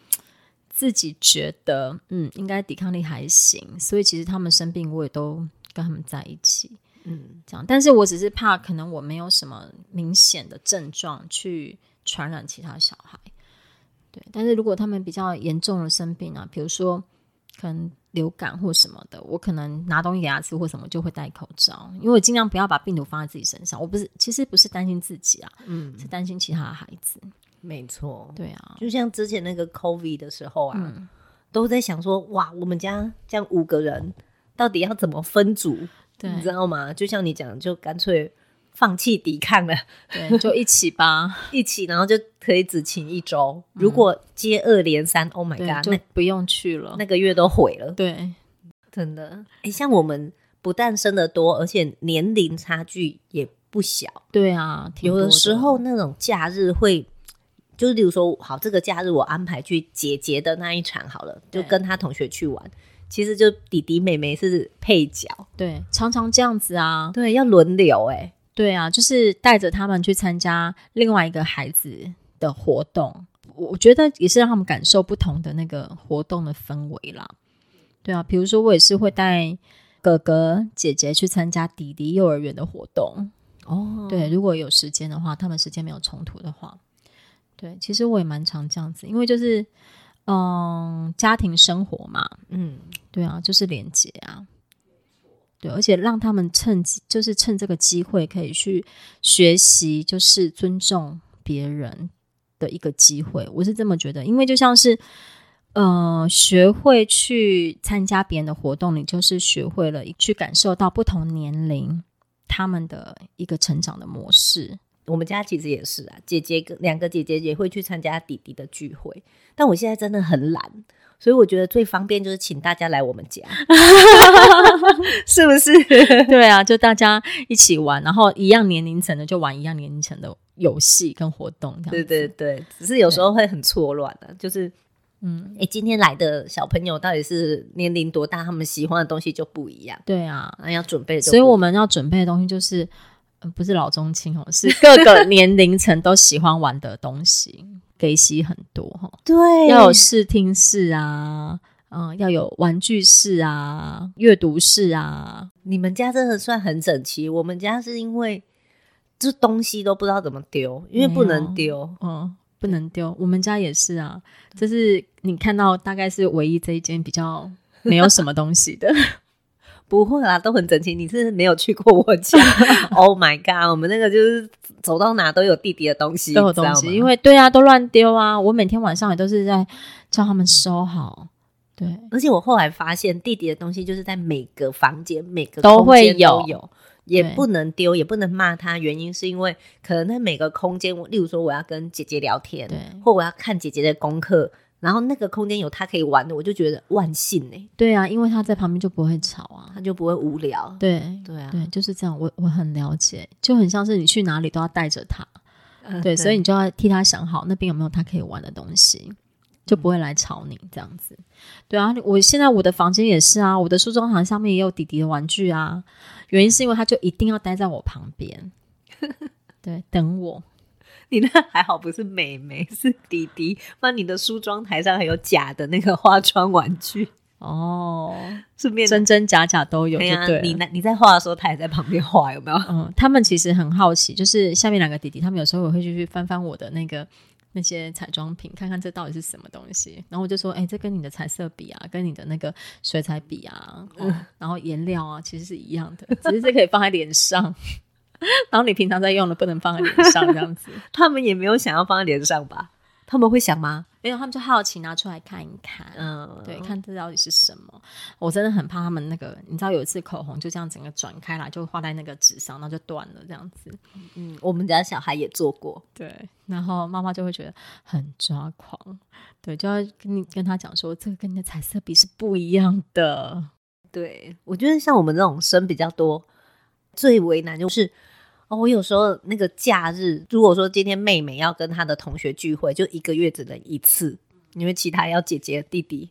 Speaker 2: 自己觉得，嗯，应该抵抗力还行，所以其实他们生病，我也都跟他们在一起。
Speaker 1: 嗯，
Speaker 2: 这样，但是我只是怕，可能我没有什么明显的症状去传染其他小孩。对，但是如果他们比较严重的生病啊，比如说可能流感或什么的，我可能拿东西给他吃或什么，就会戴口罩，因为我尽量不要把病毒放在自己身上。我不是，其实不是担心自己啊，
Speaker 1: 嗯，
Speaker 2: 是担心其他的孩子。
Speaker 1: 没错，
Speaker 2: 对啊，
Speaker 1: 就像之前那个 COVID 的时候啊，都在想说，哇，我们家这样五个人到底要怎么分组？
Speaker 2: 对
Speaker 1: 你知道吗？就像你讲，就干脆放弃抵抗了，
Speaker 2: 对，就一起吧，
Speaker 1: 一起，然后就可以只请一周。如果接二连三，Oh my
Speaker 2: 对，
Speaker 1: god，
Speaker 2: 就
Speaker 1: 那
Speaker 2: 不用去了。
Speaker 1: 那个月都毁了，
Speaker 2: 对，
Speaker 1: 真的。哎，像我们不但生的多，而且年龄差距也不小。
Speaker 2: 对啊，挺
Speaker 1: 有的
Speaker 2: 多
Speaker 1: 时候那种假日会，就是例如说，好，这个假日我安排去姐姐的那一场好了，就
Speaker 2: 对
Speaker 1: 跟她同学去玩。其实就弟弟妹妹是配角，
Speaker 2: 对，常常这样子啊，
Speaker 1: 对，要轮流哎、
Speaker 2: 对啊，就是带着他们去参加另外一个孩子的活动，我我觉得也是让他们感受不同的那个活动的氛围啦。对啊，比如说我也是会带哥哥姐姐去参加弟弟幼儿园的活动。
Speaker 1: 哦，
Speaker 2: 对，如果有时间的话，他们时间没有冲突的话，对，其实我也蛮常这样子，因为就是嗯，家庭生活嘛，
Speaker 1: 嗯，
Speaker 2: 对啊，就是连接啊，对，而且让他们趁机就是趁这个机会可以去学习，就是尊重别人的一个机会，我是这么觉得，因为就像是。呃，学会去参加别人的活动，你就是学会了去感受到不同年龄他们的一个成长的模式。
Speaker 1: 我们家其实也是啊，姐姐跟两个姐姐也会去参加弟弟的聚会，但我现在真的很懒，所以我觉得最方便就是请大家来我们 家， 是不是？
Speaker 2: 对啊，就大家一起玩，然后一样年龄层的就玩一样年龄层的游戏跟活动，这样
Speaker 1: 对
Speaker 2: 子
Speaker 1: 对对，只是有时候会很错乱的、就是
Speaker 2: 嗯，
Speaker 1: 哎，诶今天来的小朋友到底是年龄多大，他们喜欢的东西就不一样，
Speaker 2: 对啊，
Speaker 1: 那要准备就不一样。
Speaker 2: 所以我们要准备的东西就是，呃不是老中青哦， 是各个年龄层都喜欢玩的东西，给洗很多哈、哦，
Speaker 1: 对
Speaker 2: 要有视听室啊，嗯、要有玩具室啊，阅读室啊，
Speaker 1: 你们家真的算很整齐，我们家是因为就东西都不知道怎么丢，因为不能
Speaker 2: 没
Speaker 1: 丢。
Speaker 2: 嗯。不能丢，我们家也是啊，这是你看到大概是唯一这一间比较没有什么东 西的，
Speaker 1: 不会啦，都很整齐。你是没有去过我家 ？Oh my god！我们那个就是走到哪都有弟弟的东西，
Speaker 2: 都有
Speaker 1: 你知道
Speaker 2: 东西，
Speaker 1: 吗
Speaker 2: 因为对啊，都乱丢啊，我每天晚上也都是在叫他们收好，对，
Speaker 1: 而且我后来发现，弟弟的东西就是在每个房间、每个
Speaker 2: 都会
Speaker 1: 空间都
Speaker 2: 有
Speaker 1: 有也
Speaker 2: 对
Speaker 1: 不能丢，也不能骂他。原因是因为可能在每个空间，我例如说我要跟姐姐聊天
Speaker 2: 对，
Speaker 1: 或我要看姐姐的功课，然后那个空间有他可以玩的，我就觉得万幸呢、
Speaker 2: 对啊，因为他在旁边就不会吵啊。
Speaker 1: 他就不会无聊。
Speaker 2: 对
Speaker 1: 对啊，
Speaker 2: 对，就是这样。我我很了解，就很像是你去哪里都要带着他，
Speaker 1: 呃
Speaker 2: 对，所以你就要替他想好那边有没有他可以玩的东西，就不会来吵你这样子。对啊，我现在我的房间也是啊，我的梳妆台上面也有弟弟的玩具啊，原因是因为他就一定要待在我旁边，对，等我。
Speaker 1: 你那还好不是美眉，是弟弟。那你的梳妆台上还有假的那个化妆玩具，
Speaker 2: 哦，
Speaker 1: 顺便
Speaker 2: 真真假假都有，
Speaker 1: 哎
Speaker 2: 就
Speaker 1: 呀
Speaker 2: 对了。
Speaker 1: 你那你在画的时候，他也在旁边画，有没有？
Speaker 2: 嗯，他们其实很好奇，就是下面两个弟弟，他们有时候也会去翻翻我的那个那些彩妆品，看看这到底是什么东西。然后我就说，哎、这跟你的彩色笔啊，跟你的那个水彩笔啊，哦然后颜料啊，其实是一样的，只是这可以放在脸上， 然后你平常在用的不能放在脸上这样子。
Speaker 1: 他们也没有想要放在脸上吧？他们会想吗？
Speaker 2: 没有，他们就好奇拿出来看一看，
Speaker 1: 嗯，
Speaker 2: 对，看这到底是什么。我真的很怕他们那个，你知道有一次口红就这样整个转开来，就画在那个纸上，然后就断了这样子。
Speaker 1: 嗯，我们家小孩也做过，
Speaker 2: 对，然后妈妈就会觉得很抓狂，对，就要跟你跟他讲说，这个跟你的彩色笔是不一样的。
Speaker 1: 对，我觉得像我们这种生比较多，最为难就是哦，我有时候那个假日，如果说今天妹妹要跟她的同学聚会，就一个月只能一次，因为其他要姐姐弟弟。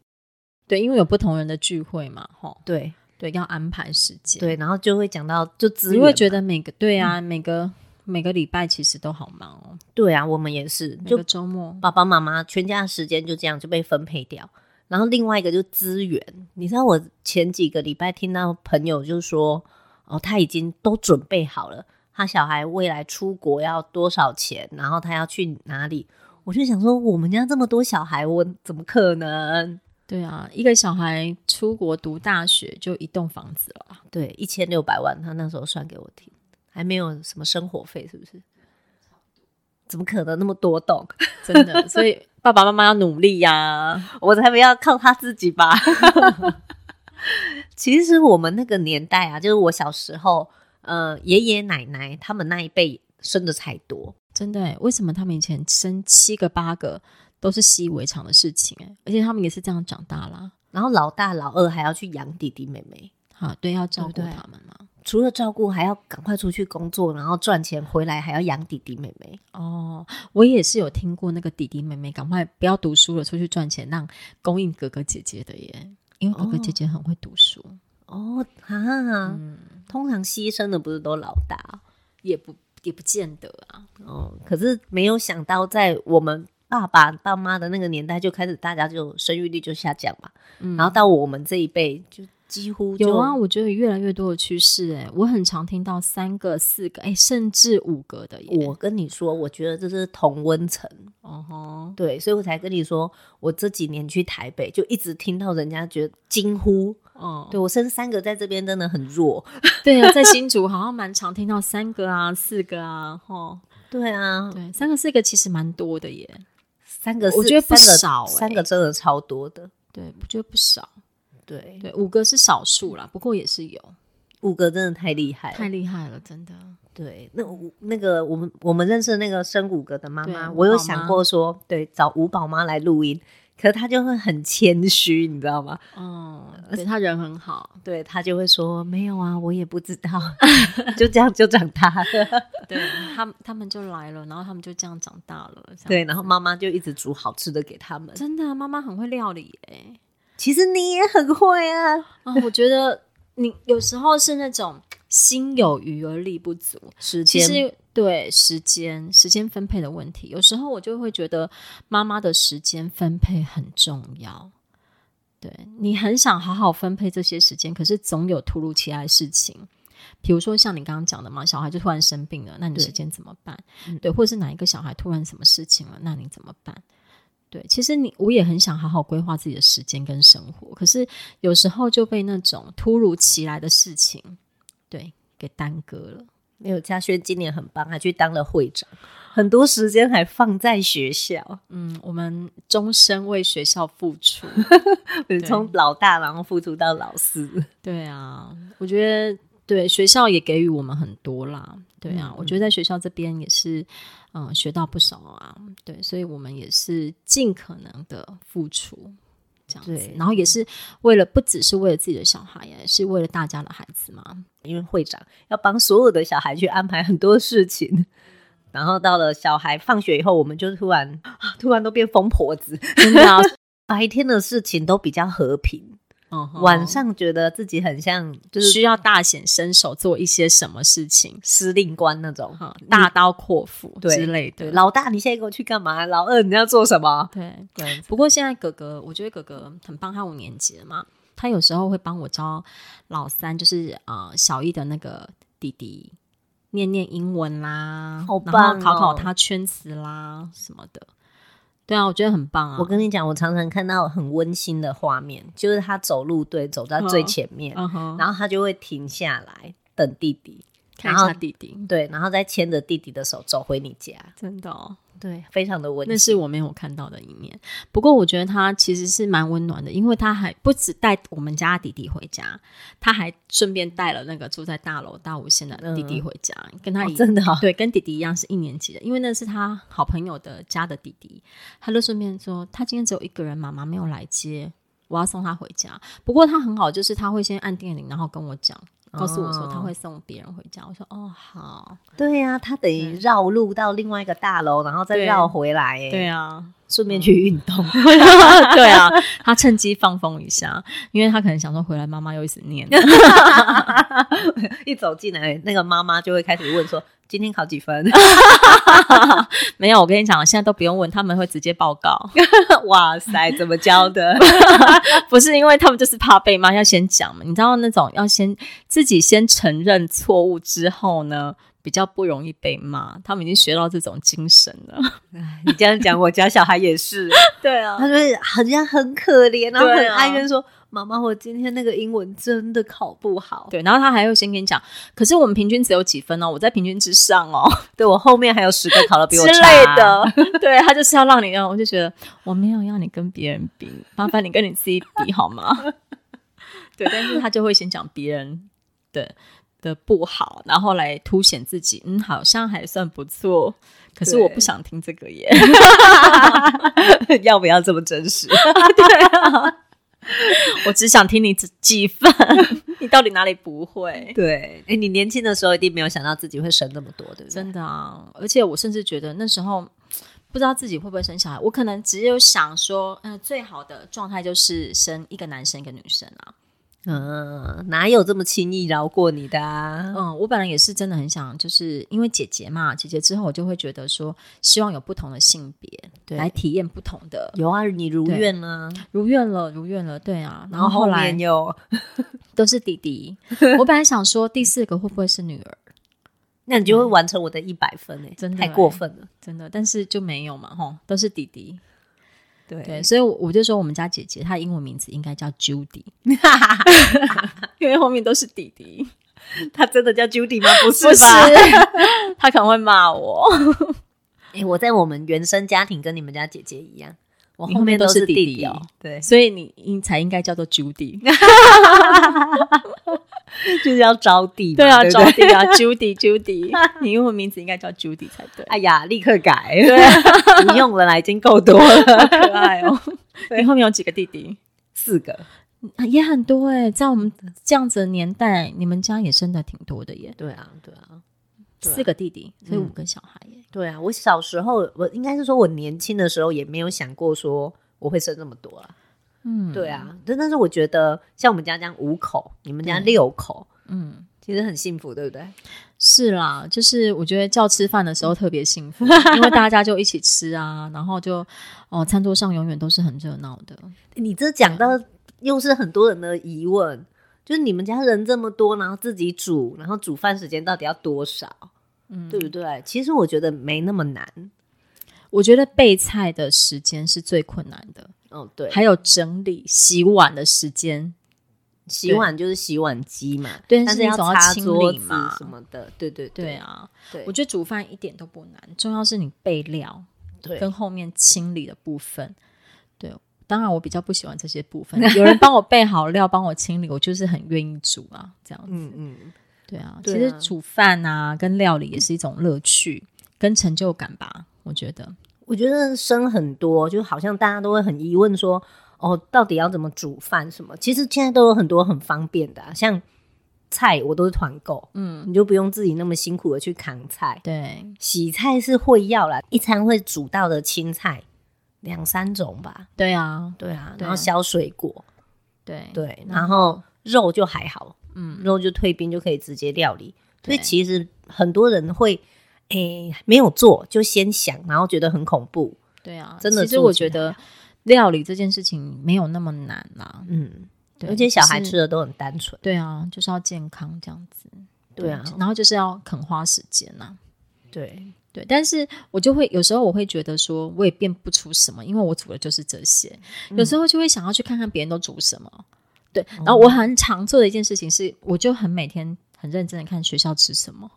Speaker 2: 对，因为有不同人的聚会嘛，吼，
Speaker 1: 对
Speaker 2: 对，要安排时间。，
Speaker 1: 对，然后就会讲到就资
Speaker 2: 你
Speaker 1: 源
Speaker 2: 会
Speaker 1: 嘛，嗯
Speaker 2: 觉得每个对啊，每个每个礼拜其实都好忙哦，
Speaker 1: 对啊，我们也是，
Speaker 2: 每
Speaker 1: 就
Speaker 2: 个周末。
Speaker 1: 爸爸妈妈全家的时间就这样就被分配掉。然后另外一个就是资源，你知道我前几个礼拜听到朋友就说，哦，他已经都准备好了，他小孩未来出国要多少钱，然后他要去哪里。我就想说，我们家这么多小孩，我怎么可能？
Speaker 2: 对啊，一个小孩出国读大学就一栋房子了啊，
Speaker 1: 对，一千六百万，他那时候算给我听，还没有什么生活费，是不是？怎么可能那么多栋？
Speaker 2: 真 的。所以爸爸妈妈要努力呀、
Speaker 1: 我才不要靠他自己 吧。其实我们那个年代啊，就是我小时候，呃，爷爷奶奶他们那一辈生的才多。
Speaker 2: 真的欸，为什么他们以前生七个八个都是习以为常的事情？哎，而且他们也是这样长大啦。
Speaker 1: 然后老大老二还要去养弟弟妹妹，
Speaker 2: 好，对，要照顾
Speaker 1: 对不对
Speaker 2: 他们嘛。
Speaker 1: 除了照顾，还要赶快出去工作，然后赚钱回来还要养弟弟妹妹。
Speaker 2: 哦，我也是有听过那个弟弟妹妹赶快不要读书了，出去赚钱，让供应哥哥姐姐的耶，因为哥哥姐姐很会读书。
Speaker 1: 哦哈，
Speaker 2: 嗯，
Speaker 1: 通常牺牲的不是都老大啊
Speaker 2: 也不也不见得啊。
Speaker 1: 哦，可是没有想到在我们。爸爸、爸妈的那个年代就开始，大家就生育率就下降嘛，
Speaker 2: 嗯
Speaker 1: 然后到我们这一辈就几乎就
Speaker 2: 有啊，我觉得越来越多的趋势，哎，我很常听到三个、四个，哎，甚至五个的耶。
Speaker 1: 我跟你说，我觉得这是同温层，
Speaker 2: 哦吼，
Speaker 1: 对，所以我才跟你说，我这几年去台北就一直听到人家觉得惊呼，
Speaker 2: 哦，
Speaker 1: 对我生三个在这边真的很弱，
Speaker 2: 对啊，在新竹好像蛮常听到三个啊、四个啊，吼，
Speaker 1: 对啊，
Speaker 2: 对，三个四个其实蛮多的耶。
Speaker 1: 三个
Speaker 2: 我
Speaker 1: 是
Speaker 2: 觉得不
Speaker 1: 三个
Speaker 2: 少欸
Speaker 1: 三个真的超多的，
Speaker 2: 对，我觉得不少。
Speaker 1: 对，
Speaker 2: 对，五个是少数啦，不过也是有，
Speaker 1: 五个真的太厉害
Speaker 2: 太
Speaker 1: 了，
Speaker 2: 厉害了，真的。
Speaker 1: 对，那我那个我们我们认识的那个生五个的妈
Speaker 2: 对
Speaker 1: 妈，
Speaker 2: 吴
Speaker 1: 我有
Speaker 2: 宝
Speaker 1: 想
Speaker 2: 妈
Speaker 1: 过说，对，找五宝妈来录音，可是她就会很谦虚，你知道吗？
Speaker 2: 哦、对他人很好，
Speaker 1: 对她就会说没有啊，我也不知 道，就这样就长大了。
Speaker 2: 对他们他们就来了，然后他们就这样长大了。这样
Speaker 1: 对，然后妈妈就一直煮好吃的给他们。
Speaker 2: 真的啊、妈妈很会料理耶。
Speaker 1: 其实你也很会啊，
Speaker 2: 啊、我觉得你有时候是那种心有余而力不足，
Speaker 1: 时
Speaker 2: 其
Speaker 1: 间
Speaker 2: 实对时间、时间分配的问题，有时候我就会觉得妈妈的时间分配很重要。对你很想好好分配这些时间，可是总有突如其来的事情，比如说像你刚刚讲的嘛，小孩就突然生病了，那你
Speaker 1: 对
Speaker 2: 时间怎么办？
Speaker 1: 嗯
Speaker 2: 对，或是哪一个小孩突然什么事情了，那你怎么办？对，其实你我也很想好好规划自己的时间跟生活，可是有时候就被那种突如其来的事情，对，给耽搁了。
Speaker 1: 没有嘉轩今年很棒，还啊去当了会长，很多时间还放在学校，
Speaker 2: 嗯，我们终身为学校付 出。
Speaker 1: 从老大然后付出到老四。
Speaker 2: 对啊，我觉得对学校也给予我们很多啦。对啊，
Speaker 1: 嗯
Speaker 2: 我觉得在学校这边也是，嗯、学到不少啊。对，所以我们也是尽可能的付出。这样子
Speaker 1: 对，
Speaker 2: 然后也是为了不只是为了自己的小孩，也是为了大家的孩子 嘛。
Speaker 1: 因为会长要帮所有的小孩去安排很多事情，然后到了小孩放学以后，我们就突然、啊、突然都变疯婆子，
Speaker 2: 真的啊，
Speaker 1: 白天的事情都比较和平，
Speaker 2: 嗯哼
Speaker 1: 晚上觉得自己很像就是
Speaker 2: 需要大显身手做一些什么事情，
Speaker 1: 司令官那种，
Speaker 2: 哈，大刀阔斧
Speaker 1: 对
Speaker 2: 之类的。
Speaker 1: 对，老大你现在给我去干嘛？老二你要做什么？
Speaker 2: 对，
Speaker 1: 这样子
Speaker 2: 不过现在哥哥，我觉得哥哥很棒，他五年级了嘛，他有时候会帮我教老三，就是呃小一的那个弟弟念念英文啦，
Speaker 1: 好
Speaker 2: 然后
Speaker 1: 棒
Speaker 2: 考考
Speaker 1: 哦
Speaker 2: 他圈词啦什么的。对啊，我觉得很棒啊。
Speaker 1: 我跟你讲，我常常看到很温馨的画面，就是他走路队走在最前面，
Speaker 2: 嗯哼，
Speaker 1: 然后他就会停下来等弟弟，
Speaker 2: 看一
Speaker 1: 然后
Speaker 2: 下弟弟，
Speaker 1: 对，然后再牵着弟弟的手走回你家，
Speaker 2: 真的、哦，
Speaker 1: 对，非常的温
Speaker 2: 那
Speaker 1: 馨。
Speaker 2: 是我没有看到的一面。不过我觉得他其实是蛮温暖的，因为他还不止带我们家弟弟回家，他还顺便带了那个住在大楼大五线的弟弟回家，跟他
Speaker 1: 哦
Speaker 2: 一、
Speaker 1: 真的哦
Speaker 2: 对，跟弟弟一样是一年级的，因为那是他好朋友的家的弟弟，他就顺便说他今天只有一个人，妈妈没有来接。我要送他回家，不过他很好，就是他会先按电铃，然后跟我讲，告诉我说
Speaker 1: 哦
Speaker 2: 他会送别人回家。我说哦好，
Speaker 1: 对呀、他等于绕路到另外一个大楼，然后再
Speaker 2: 对
Speaker 1: 绕回来，哎，
Speaker 2: 啊，嗯
Speaker 1: 顺便去运动。
Speaker 2: 对啊，他趁机放风一下，因为他可能想说回来妈妈又一直 念。
Speaker 1: 一走进来，那个妈妈就会开始问说：“今天考几分
Speaker 2: 没有，我跟你讲，现在都不用问，他们会直接报告，？”
Speaker 1: 哇塞，怎么教的？
Speaker 2: 不是因为他们就是怕被骂，要先讲嘛。你知道那种要先自己先承认错误之后呢，比较不容易被骂。他们已经学到这种精神了。
Speaker 1: 你这样讲，我家小孩也是，
Speaker 2: 对啊
Speaker 1: 他就是好像很可怜，然后
Speaker 2: 对
Speaker 1: 很
Speaker 2: 啊
Speaker 1: 哀怨说：“妈妈，我今天那个英文真的考不好。
Speaker 2: 对，然后他还会先跟你讲，可是我们平均只有几分哦，我在平均之上哦
Speaker 1: 对”我后面还有十个考的比
Speaker 2: 之
Speaker 1: 我
Speaker 2: 类
Speaker 1: 差，
Speaker 2: 的。 对他就是要让你让，我就觉得我没有要你跟别人比，麻烦你跟你自己比好吗？ 对，但是他就会先讲别人的的不好，然后来凸显自己，嗯，好像还算不错。可是
Speaker 1: 对
Speaker 2: 我不想听这个耶。
Speaker 1: 要不要这么真 实？啊
Speaker 2: 我只想听你几几分， 你到底哪里不会？
Speaker 1: 对，哎，你年轻的时候一定没有想到自己会生这么多，对不对？
Speaker 2: 真的啊，而且我甚至觉得那时候不知道自己会不会生小孩，我可能只有想说，嗯、最好的状态就是生一个男生一个女生啊。
Speaker 1: 嗯，哪有这么轻易饶过你的、啊？
Speaker 2: 嗯，我本来也是真的很想，就是因为姐姐嘛，姐姐之后我就会觉得说，希望有不同的性别
Speaker 1: 对
Speaker 2: 来体验不同的，
Speaker 1: 有啊，你如愿啊，
Speaker 2: 如愿了，如愿了，对啊。然
Speaker 1: 然
Speaker 2: 后
Speaker 1: 后
Speaker 2: 后
Speaker 1: 后
Speaker 2: 来
Speaker 1: 面又，
Speaker 2: 都是弟 弟，我本来想说第四个会不会是女儿，
Speaker 1: 那你就会完成我的一百分哎、
Speaker 2: 嗯真的
Speaker 1: 太
Speaker 2: 欸
Speaker 1: 过分了。
Speaker 2: 真的，但是就没有嘛，吼，都是弟弟。
Speaker 1: 对
Speaker 2: 对，所以我我就说我们家姐姐她的英文名字应该叫 Judy，因为后面都是弟弟，
Speaker 1: 他真的叫 Judy 吗？不是
Speaker 2: 不是
Speaker 1: 吧？哎、？
Speaker 2: 她可能会骂我。
Speaker 1: 我在我们原生家庭跟你们家姐姐一样，我
Speaker 2: 你后面
Speaker 1: 面
Speaker 2: 都是
Speaker 1: 是
Speaker 2: 弟弟
Speaker 1: 弟
Speaker 2: 哦
Speaker 1: 对，
Speaker 2: 所以你应才应该叫做 Judy，
Speaker 1: 就是要招弟嘛，
Speaker 2: 对啊
Speaker 1: 对不对
Speaker 2: ，Judy 啊，Judy Judy，你英文名字应该叫 Judy 才对，
Speaker 1: 哎呀，立刻改，
Speaker 2: 啊
Speaker 1: 不用了啦，已经够多 了，
Speaker 2: 可爱哦。 你后面有几个弟弟？
Speaker 1: 四个。
Speaker 2: 也很多哎、在我们这样子的年代，你们家也生的挺多的耶，
Speaker 1: 对啊，对啊，对啊
Speaker 2: 四个弟弟，所以
Speaker 1: 嗯
Speaker 2: 五个小孩耶。
Speaker 1: 对啊。我小时候，我应该是说我年轻的时候也没有想过说我会生这么多啊。
Speaker 2: 嗯，
Speaker 1: 对，啊，但但是我觉得像我们家这样五口，你们家
Speaker 2: 对
Speaker 1: 六口，
Speaker 2: 嗯。
Speaker 1: 其实很幸福，对不对？
Speaker 2: 是啦，就是我觉得叫吃饭的
Speaker 1: 嗯
Speaker 2: 时候特别幸福，因为大家就一起吃啊，然后就哦，餐桌上永远都是很热闹的。
Speaker 1: 你这讲到又是很多人的疑问，就是你们家人这么多，然后自己煮，然后煮饭时间到底要多少，
Speaker 2: 嗯，
Speaker 1: 对不对？其实我觉得没那么难。
Speaker 2: 我觉得备菜的时间是最困难的，
Speaker 1: 哦，对，
Speaker 2: 还有整理、洗碗的时间。
Speaker 1: 洗碗就是洗碗机嘛，
Speaker 2: 对
Speaker 1: 但
Speaker 2: 是你
Speaker 1: 要
Speaker 2: 总要
Speaker 1: 擦
Speaker 2: 清
Speaker 1: 桌
Speaker 2: 理
Speaker 1: 子
Speaker 2: 嘛
Speaker 1: 什么的，对对
Speaker 2: 对
Speaker 1: 对
Speaker 2: 啊，
Speaker 1: 对
Speaker 2: 我觉得煮饭一点都不难，重要是你备料
Speaker 1: 对
Speaker 2: 跟后面清理的部分。对，当然我比较不喜欢这些部 分，有人帮我备好料，帮我清理，我就是很愿意煮啊，这样子。
Speaker 1: 嗯嗯，
Speaker 2: 对啊，
Speaker 1: 对
Speaker 2: 其实
Speaker 1: 啊
Speaker 2: 煮饭啊跟料理也是一种乐趣跟成就感吧，我觉得。
Speaker 1: 我觉得生很多，就好像大家都会很疑问说，哦，到底要怎么煮饭什么？其实现在都有很多很方便的啊、像菜我都是团购，
Speaker 2: 嗯，
Speaker 1: 你就不用自己那么辛苦的去扛菜。
Speaker 2: 对，
Speaker 1: 洗菜是会要啦，一餐会煮到的青菜两三种吧。
Speaker 2: 对啊，
Speaker 1: 对啊，
Speaker 2: 对
Speaker 1: 然后削水果，
Speaker 2: 对
Speaker 1: 对，然后肉就还好，
Speaker 2: 嗯，
Speaker 1: 肉就退冰就可以直接料理。所
Speaker 2: 对
Speaker 1: 以其实很多人会诶、没有做就先想，然后觉得很恐怖。
Speaker 2: 对啊，
Speaker 1: 真的
Speaker 2: 其实
Speaker 1: 做
Speaker 2: 我
Speaker 1: 起
Speaker 2: 觉
Speaker 1: 来
Speaker 2: 得料理这件事情没有那么难啦，
Speaker 1: 嗯，
Speaker 2: 对
Speaker 1: 而且小孩
Speaker 2: 就是
Speaker 1: 吃的都很单纯。
Speaker 2: 对啊，就是要健康这样子。
Speaker 1: 对啊，
Speaker 2: 然后就是要肯花时间啊呐、
Speaker 1: 对，
Speaker 2: 对，但是我就会有时候我会觉得说，我也变不出什么，因为我煮的就是这些。有时候就会想要去看看别人都煮什么。对，然后我很常做的一件事情是，我就很每天很认真的看学校吃什么。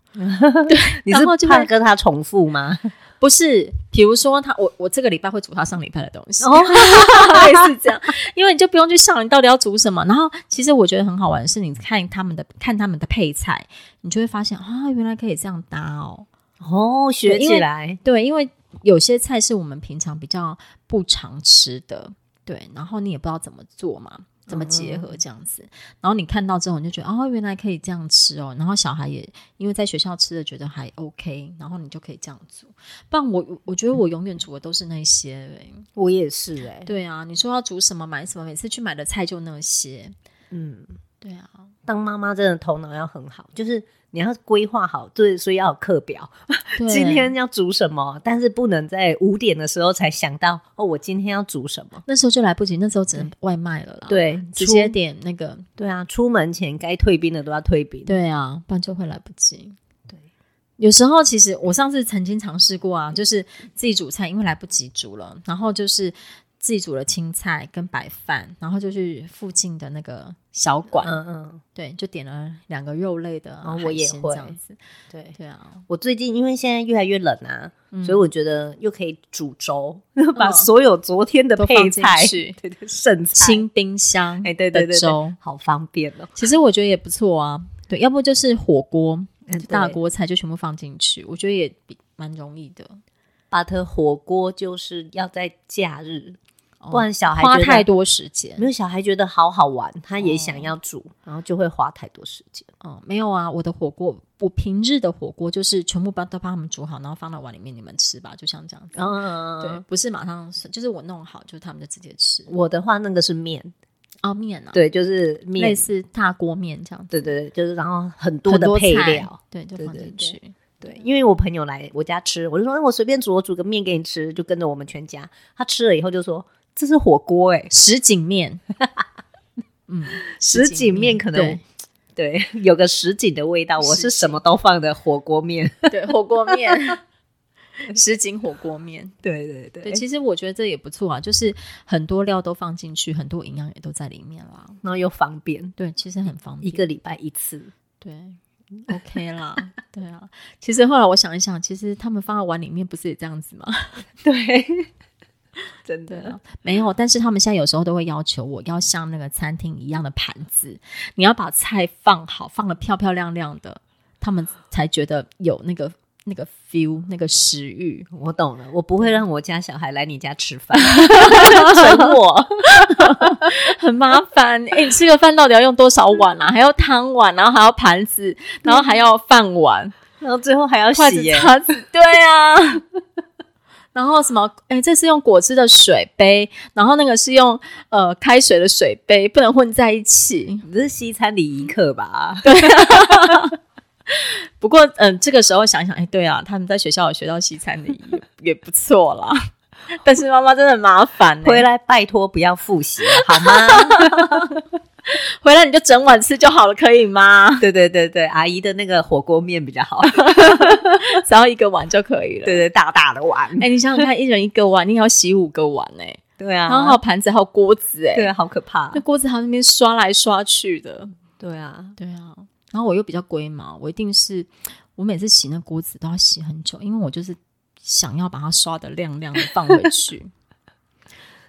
Speaker 1: 你
Speaker 2: 然后就是会
Speaker 1: 怕跟他重复吗？
Speaker 2: 不是，比如说他，我我这个礼拜会煮他上礼拜的东西，
Speaker 1: 哦
Speaker 2: 类似这样，因为你就不用去想你到底要煮什么。然后其实我觉得很好玩的是，你看他们的看他们的配菜，你就会发现啊，原来可以这样搭哦。
Speaker 1: 哦，学
Speaker 2: 因
Speaker 1: 起
Speaker 2: 为
Speaker 1: 来，
Speaker 2: 对，因为有些菜是我们平常比较不常吃的，对，然后你也不知道怎么做嘛，怎么结
Speaker 1: 嗯
Speaker 2: 合这样子。然后你看到之后，你就觉得哦，原来可以这样吃哦。然后小孩也因为在学校吃的觉得还 OK，然后你就可以这样煮。不然我我觉得我永远煮的都是那些、欸。
Speaker 1: 我也是哎、
Speaker 2: 对啊，你说要煮什么买什么，每次去买的菜就那些。
Speaker 1: 嗯，
Speaker 2: 对啊，
Speaker 1: 当妈妈真的头脑要很好，就是你要规划好，对，所以要有课表，
Speaker 2: 对
Speaker 1: 今天要煮什么，但是不能在五点的时候才想到哦，我今天要煮什么。
Speaker 2: 那时候就来不及，那时候只能外卖了啦。，
Speaker 1: 对，
Speaker 2: 直接
Speaker 1: 出
Speaker 2: 点那个。
Speaker 1: 对啊，出门前该退冰的都要退冰。
Speaker 2: 对啊，不然就会来不及。
Speaker 1: 对，
Speaker 2: 有时候其实我上次曾经尝试过啊，就是自己煮菜，因为来不及煮了，然后就是自己煮了青菜跟白饭，然后就去附近的那个小馆，
Speaker 1: 嗯嗯，
Speaker 2: 对，就点了两个肉类的、啊
Speaker 1: 哦我也会
Speaker 2: 这样子，
Speaker 1: 对。
Speaker 2: 对啊，
Speaker 1: 我最近因为现在越来越冷啊，
Speaker 2: 嗯
Speaker 1: 所以我觉得又可以煮粥， 把所有昨天的
Speaker 2: 都
Speaker 1: 配
Speaker 2: 放进
Speaker 1: 菜、
Speaker 2: 去，
Speaker 1: 对对剩菜，
Speaker 2: 清冰箱
Speaker 1: 哎对对对
Speaker 2: 的粥
Speaker 1: 对，好方便哦。
Speaker 2: 其实我觉得也不错啊，对，要不就是火锅。
Speaker 1: 嗯
Speaker 2: 就大
Speaker 1: 对
Speaker 2: 锅菜就全部放进去，我觉得也比蛮容易的。
Speaker 1: but 火锅就是要在假日，
Speaker 2: 哦
Speaker 1: 不然小孩
Speaker 2: 花
Speaker 1: 觉得
Speaker 2: 太多时间
Speaker 1: 没，有小孩觉得好好玩，他也想要煮，然后就会花太多时间。
Speaker 2: 哦，没有啊，我的火锅，我平日的火锅就是全部帮都帮他们煮好，然后放到碗里面，你们吃吧，就像这样子。
Speaker 1: 嗯，
Speaker 2: 对，不是马上是，就是我弄好，就他们就直接吃。
Speaker 1: 我的话那个是面，
Speaker 2: 哦，面啊，
Speaker 1: 对，就是面
Speaker 2: 类，似大锅面这样子，
Speaker 1: 对对对，就是然后很多
Speaker 2: 很
Speaker 1: 的
Speaker 2: 多
Speaker 1: 配
Speaker 2: 菜
Speaker 1: 料，，
Speaker 2: 对，就
Speaker 1: 对
Speaker 2: 放
Speaker 1: 对
Speaker 2: 进
Speaker 1: 对
Speaker 2: 去。
Speaker 1: 对，因为我朋友来我家吃，我就说，哎，我随便煮，我煮个面给你吃，就跟着我们全家。他吃了以后就说。这是火锅哎、
Speaker 2: 什锦 面，嗯，
Speaker 1: 什锦面可能对，有个什锦的味道。我
Speaker 2: 什
Speaker 1: 是
Speaker 2: 锦
Speaker 1: 什么都放的火锅面，
Speaker 2: 对对火锅面，什锦火锅面。
Speaker 1: 对对对
Speaker 2: 对，其实我觉得这也不错啊，就是很多料都放进去，很多营养也都在里面啦。
Speaker 1: 然后又方便，
Speaker 2: 对，其实很方便。
Speaker 1: 一个礼拜一次。
Speaker 2: 对，OK 啦， 对啊。其实后来我想一想，其实他们放在碗里面不是也这样子吗？
Speaker 1: 对， 真
Speaker 2: 对啊，没有。但是他们现在有时候都会要求我要像那个餐厅一样的盘子，你要把菜放好，放的漂漂亮亮的，他们才觉得有那个那个 feel，那个食欲。
Speaker 1: 我懂了，我不
Speaker 2: 嗯
Speaker 1: 会让我家小孩来你家吃饭，整我。
Speaker 2: 很麻烦。哎、你吃个饭到底要用多少碗啊？还要汤碗，然后还要盘子，然后还要饭碗。
Speaker 1: 然后最后还要
Speaker 2: 筷子
Speaker 1: 洗、、耶
Speaker 2: 叉 子，对啊。然后什么？哎，这是用果汁的水杯，然后那个是用呃开水的水杯，不能混在一起。
Speaker 1: 你这是西餐礼仪课吧？
Speaker 2: 不过，嗯、这个时候想想，哎，对啊，他们在学校有学到西餐的也也不错啦。 但是妈妈真的很麻烦、欸，
Speaker 1: 回来拜托不要复习好 吗？
Speaker 2: 回来你就整碗吃就好了，可以吗？
Speaker 1: 对对对对，阿姨的那个火锅面比较好，
Speaker 2: 只要一个碗就可以了。
Speaker 1: 对对，大大的碗。
Speaker 2: 哎，你想想看，一人一个碗，你也要洗五个碗哎、
Speaker 1: 对啊，
Speaker 2: 然后还有盘子，还有锅子哎、
Speaker 1: 对啊，好可怕
Speaker 2: 那。锅子还有那边刷来刷去的。
Speaker 1: 对啊，
Speaker 2: 对啊，然后我又比较龟毛，我一定是我每次洗那锅子都要洗很久，因为我就是想要把它刷的亮亮的放回去。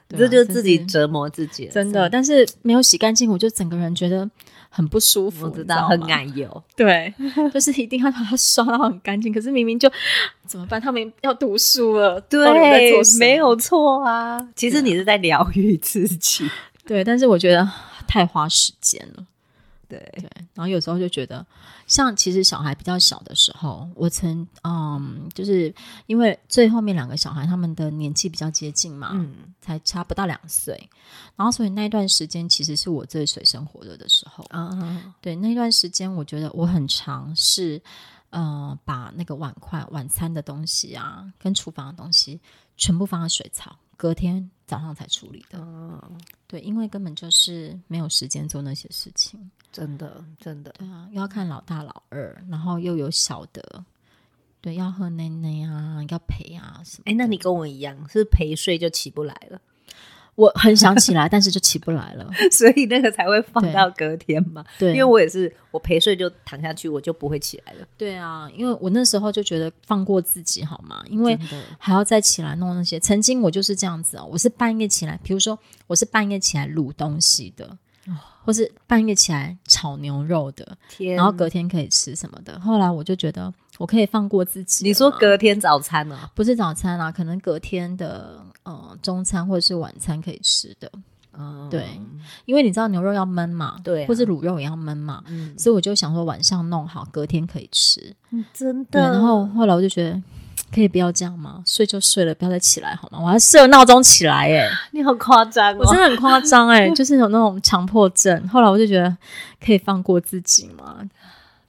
Speaker 2: 对啊
Speaker 1: 这就是自己
Speaker 2: 真是
Speaker 1: 折磨自己了，
Speaker 2: 真的，但是没有洗干净，我就整个人觉得很不舒服，
Speaker 1: 我
Speaker 2: 你
Speaker 1: 知
Speaker 2: 知
Speaker 1: 道
Speaker 2: 道
Speaker 1: 很
Speaker 2: 吗。
Speaker 1: 奶 油。
Speaker 2: 对，就是一定要把它刷到很干净。可是明明就怎么办？他们要读书了，到底在做什么
Speaker 1: 没有错 啊。其实你是在疗愈自己，
Speaker 2: 对，但是我觉得啊太花时间了。
Speaker 1: 对，
Speaker 2: 然后有时候就觉得，像其实小孩比较小的时候，我曾嗯，就是因为最后面两个小孩他们的年纪比较接近嘛，
Speaker 1: 嗯
Speaker 2: 才差不到两岁，然后所以那段时间其实是我最水深火热的时候。
Speaker 1: 啊，
Speaker 2: 对那段时间，我觉得我很尝试，呃，把那个碗筷、晚餐的东西啊，跟厨房的东西全部放在水槽，隔天早上才处理的。
Speaker 1: 嗯，
Speaker 2: 对，因为根本就是没有时间做那些事情。
Speaker 1: 真的真的，
Speaker 2: 对啊，又要看老大老二，然后又有小的，对，要喝奶奶啊，要陪啊什么。
Speaker 1: 哎、那你跟我一样是陪睡就起不来了，
Speaker 2: 我很想 起来，但是就起不来了。
Speaker 1: 所以那个才会放到隔天嘛。
Speaker 2: 对，
Speaker 1: 因为我也是，我陪睡就躺下去，我就不会起来了。
Speaker 2: 对啊，因为我那时候就觉得放过自己好吗？因为
Speaker 1: 真的
Speaker 2: 还要再起来弄那些。曾经我就是这样子哦，我是半夜起来，比如说我是半夜起来卤东西的，
Speaker 1: 哦
Speaker 2: 或是半夜起来炒牛肉的，
Speaker 1: 天，
Speaker 2: 然后隔天可以吃什么的。后来我就觉得我可以放过自己了嘛。
Speaker 1: 你说隔天早餐哦呢、
Speaker 2: 不是早餐啦、啊可能隔天的呃中餐或者是晚餐可以吃的，
Speaker 1: 嗯，
Speaker 2: 对因为你知道牛肉要焖嘛，
Speaker 1: 对啊
Speaker 2: 或是卤肉也要焖嘛，
Speaker 1: 嗯，
Speaker 2: 所以我就想说晚上弄好，隔天可以吃。
Speaker 1: 真
Speaker 2: 对，
Speaker 1: 的。
Speaker 2: 然后后来我就觉得。可以不要这样吗？睡就睡了，不要再起来好吗？我还设闹钟起 来耶、
Speaker 1: 你好夸张
Speaker 2: 我真
Speaker 1: 哦，
Speaker 2: 的很夸张哎， 就是有那种强迫症。后来我就觉得可以放过自己嘛，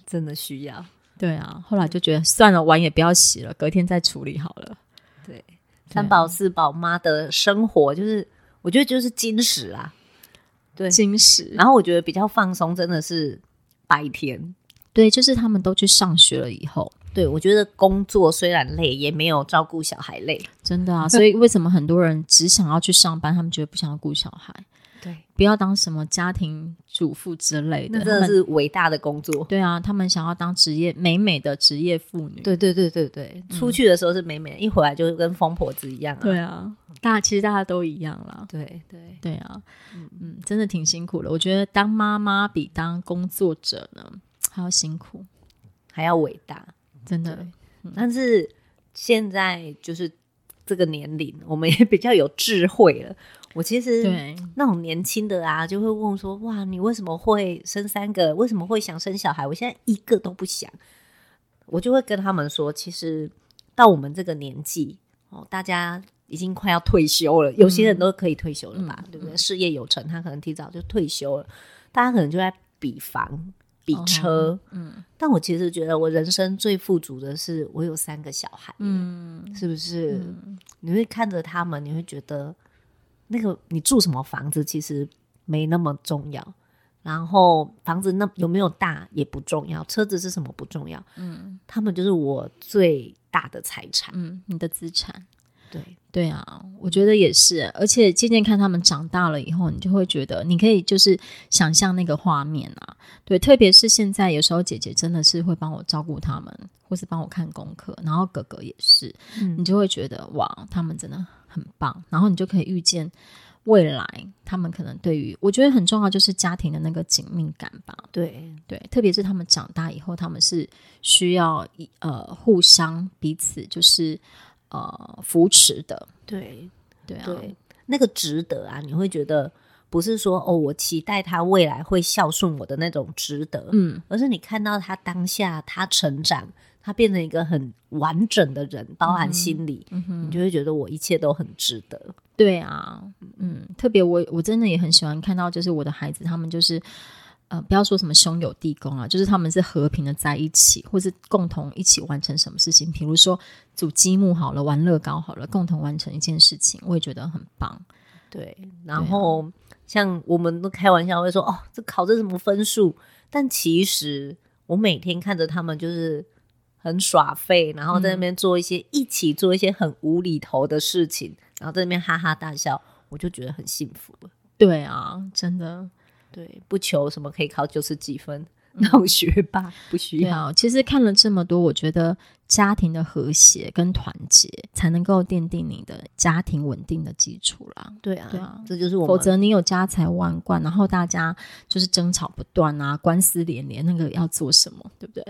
Speaker 1: 真的需要。
Speaker 2: 对啊。后来就觉得算了，碗也不要洗了，隔天再处理好了。
Speaker 1: 对，三宝四宝妈的生活就是，我觉得就是金石啊。对啊
Speaker 2: 金石，
Speaker 1: 然后我觉得比较放松，真的是白天。
Speaker 2: 对，就是他们都去上学了以后，
Speaker 1: 对，我觉得工作虽然累，也没有照顾小孩累。
Speaker 2: 真的啊，所以为什么很多人只想要去上班，他们觉得不想要顾小孩，
Speaker 1: 对，
Speaker 2: 不要当什么家庭主妇之类的
Speaker 1: 那，
Speaker 2: 他
Speaker 1: 真的
Speaker 2: 们
Speaker 1: 是伟大的工作。
Speaker 2: 对啊，他们想要当职业美美的职业妇女，
Speaker 1: 对对对对对，嗯出去的时候是美美的，一回来就是跟疯婆子一样啊。
Speaker 2: 对啊，大其实大家都一样啦，
Speaker 1: 对对，
Speaker 2: 对啊，嗯，真的挺辛苦的。我觉得当妈妈比当工作者呢还要辛苦，
Speaker 1: 还要伟大。
Speaker 2: 真的
Speaker 1: 对。但是现在就是这个年龄，我们也比较有智慧了。我其实
Speaker 2: 对，
Speaker 1: 那种年轻的啊，就会问说：“哇，你为什么会生三个？为什么会想生小孩？”我现在一个都不想。我就会跟他们说，其实到我们这个年纪哦，大家已经快要退休了，有些人都可以退休了吧，
Speaker 2: 嗯
Speaker 1: 对不对？事业有成，他可能提早就退休了，大家可能就在比房、比车，
Speaker 2: 嗯
Speaker 1: 但我其实觉得我人生最富足的是我有三个小孩，
Speaker 2: 嗯，
Speaker 1: 是不是？你会看着他们，你会觉得那个你住什么房子其实没那么重要，然后房子那有没有大也不重要，车子是什么不重要，嗯，他们就是我最大的财产，
Speaker 2: 嗯，你的资产。
Speaker 1: 对，
Speaker 2: 对啊，我觉得也是，而且渐渐看他们长大了以后，你就会觉得，你可以就是想象那个画面啊，对，特别是现在有时候姐姐真的是会帮我照顾他们，或是帮我看功课，然后哥哥也是，
Speaker 1: 嗯
Speaker 2: 你就会觉得哇，他们真的很棒，然后你就可以预见未来他们可能对于，我觉得很重要就是家庭的那个紧密感吧，
Speaker 1: 对，
Speaker 2: 对，特别是他们长大以后，他们是需要一呃互相彼此就是呃扶持的。
Speaker 1: 对，
Speaker 2: 对啊，
Speaker 1: 对，那个值得啊，你会觉得不是说哦，我期待他未来会孝顺我的那种值得，
Speaker 2: 嗯，
Speaker 1: 而是你看到他当下他成长，他变成一个很完整的人，包
Speaker 2: 嗯
Speaker 1: 含心理，你就会觉得我一切都很值得。
Speaker 2: 对啊，嗯，特别我我真的也很喜欢看到，就是我的孩子他们就是。呃，不要说什么兄友弟恭啊，就是他们是和平的在一起，或是共同一起完成什么事情。比如说组积木好了，玩乐高好了，共同完成一件事情，我也觉得很棒。
Speaker 1: 对，
Speaker 2: 啊
Speaker 1: 然后、像我们都开玩笑会说哦，这考这什么分数？但其实我每天看着他们就是很耍废，然后在
Speaker 2: 嗯
Speaker 1: 那边做一些、一起做一些很无厘头的事情，然后在那边哈哈大笑，我就觉得很幸福了。
Speaker 2: 对啊，真的，
Speaker 1: 对，不求什么可以考九十几分那种学霸，不需
Speaker 2: 嗯对
Speaker 1: 要。
Speaker 2: 啊。其实看了这么多，我觉得家庭的和谐跟团结才能够奠定你的家庭稳定的基础啦。
Speaker 1: 对啊，
Speaker 2: 对啊
Speaker 1: 这就是我
Speaker 2: 否
Speaker 1: 们
Speaker 2: 则你有家财万贯，然后大家就是争吵不断啊，官司连连，那个要做什么，对不对？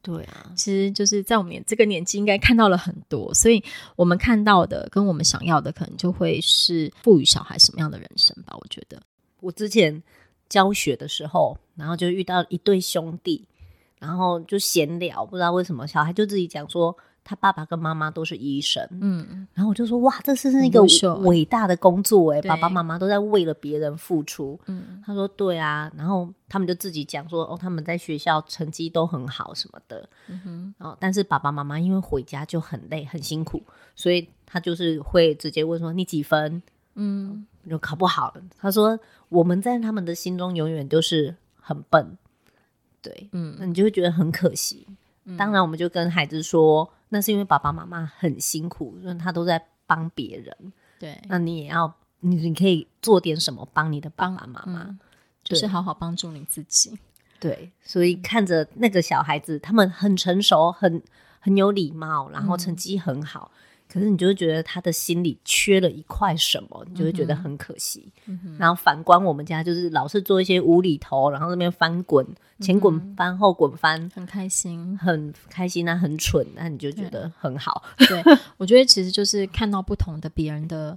Speaker 1: 对啊，
Speaker 2: 其实就是在我们这个年纪，应该看到了很多，所以我们看到的跟我们想要的，可能就会是赋予小孩什么样的人生吧？我觉得，
Speaker 1: 我之前教学的时候，然后就遇到一对兄弟，然后就闲聊，不知道为什么小孩就自己讲说他爸爸跟妈妈都是医生，
Speaker 2: 嗯，
Speaker 1: 然后我就说哇，这是是一个
Speaker 2: 很优秀欸
Speaker 1: 伟大的工作哎、
Speaker 2: 对
Speaker 1: 爸爸妈妈都在为了别人付出。
Speaker 2: 嗯
Speaker 1: 他说对啊，然后他们就自己讲说哦，他们在学校成绩都很好什么的，
Speaker 2: 嗯哼，
Speaker 1: 哦，但是爸爸妈妈因为回家就很累很辛苦，所以他就是会直接问说你几分，
Speaker 2: 嗯，
Speaker 1: 就考不好了。他说我们在他们的心中永远都是很笨，对，
Speaker 2: 嗯
Speaker 1: 那你就会觉得很可惜。当然，我们就跟孩子说，那是因为爸爸妈妈很辛苦，因为他都在帮别人，
Speaker 2: 对，
Speaker 1: 那你也要你你可以做点什么帮你的爸爸妈妈。
Speaker 2: 嗯，就是
Speaker 1: 对
Speaker 2: 好好帮助你自己。
Speaker 1: 对，所以看着那个小孩子，他们很成熟，很很有礼貌，然后成绩很好，可是你就会觉得他的心里缺了一块什么，你就会觉得很可惜。然后反观我们家，就是老是做一些无厘头，然后那边翻滚，前滚翻后滚翻，
Speaker 2: 很开心，
Speaker 1: 很开心啊，很蠢，那你就觉得很好。
Speaker 2: 对我觉得其实就是看到不同的别人的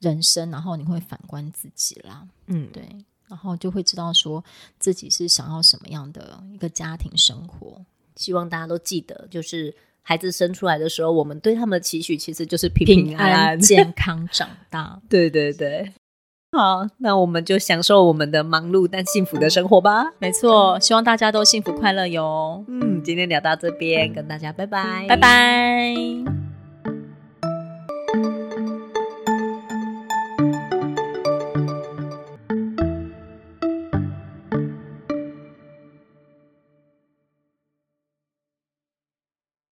Speaker 2: 人生，然后你会反观自己啦，
Speaker 1: 嗯，
Speaker 2: 对，然后就会知道说自己是想要什么样的一个家庭生活，
Speaker 1: 希望大家都记得，就是孩子生出来的时候，我们对他们的期许其实就是平
Speaker 2: 平
Speaker 1: 安安
Speaker 2: 安健康长大。
Speaker 1: 对对对，好，那我们就享受我们的忙碌但幸福的生活吧。
Speaker 2: 没错，希望大家都幸福快乐哟，
Speaker 1: 嗯，今天聊到这边，跟大家拜拜，
Speaker 2: 拜。拜。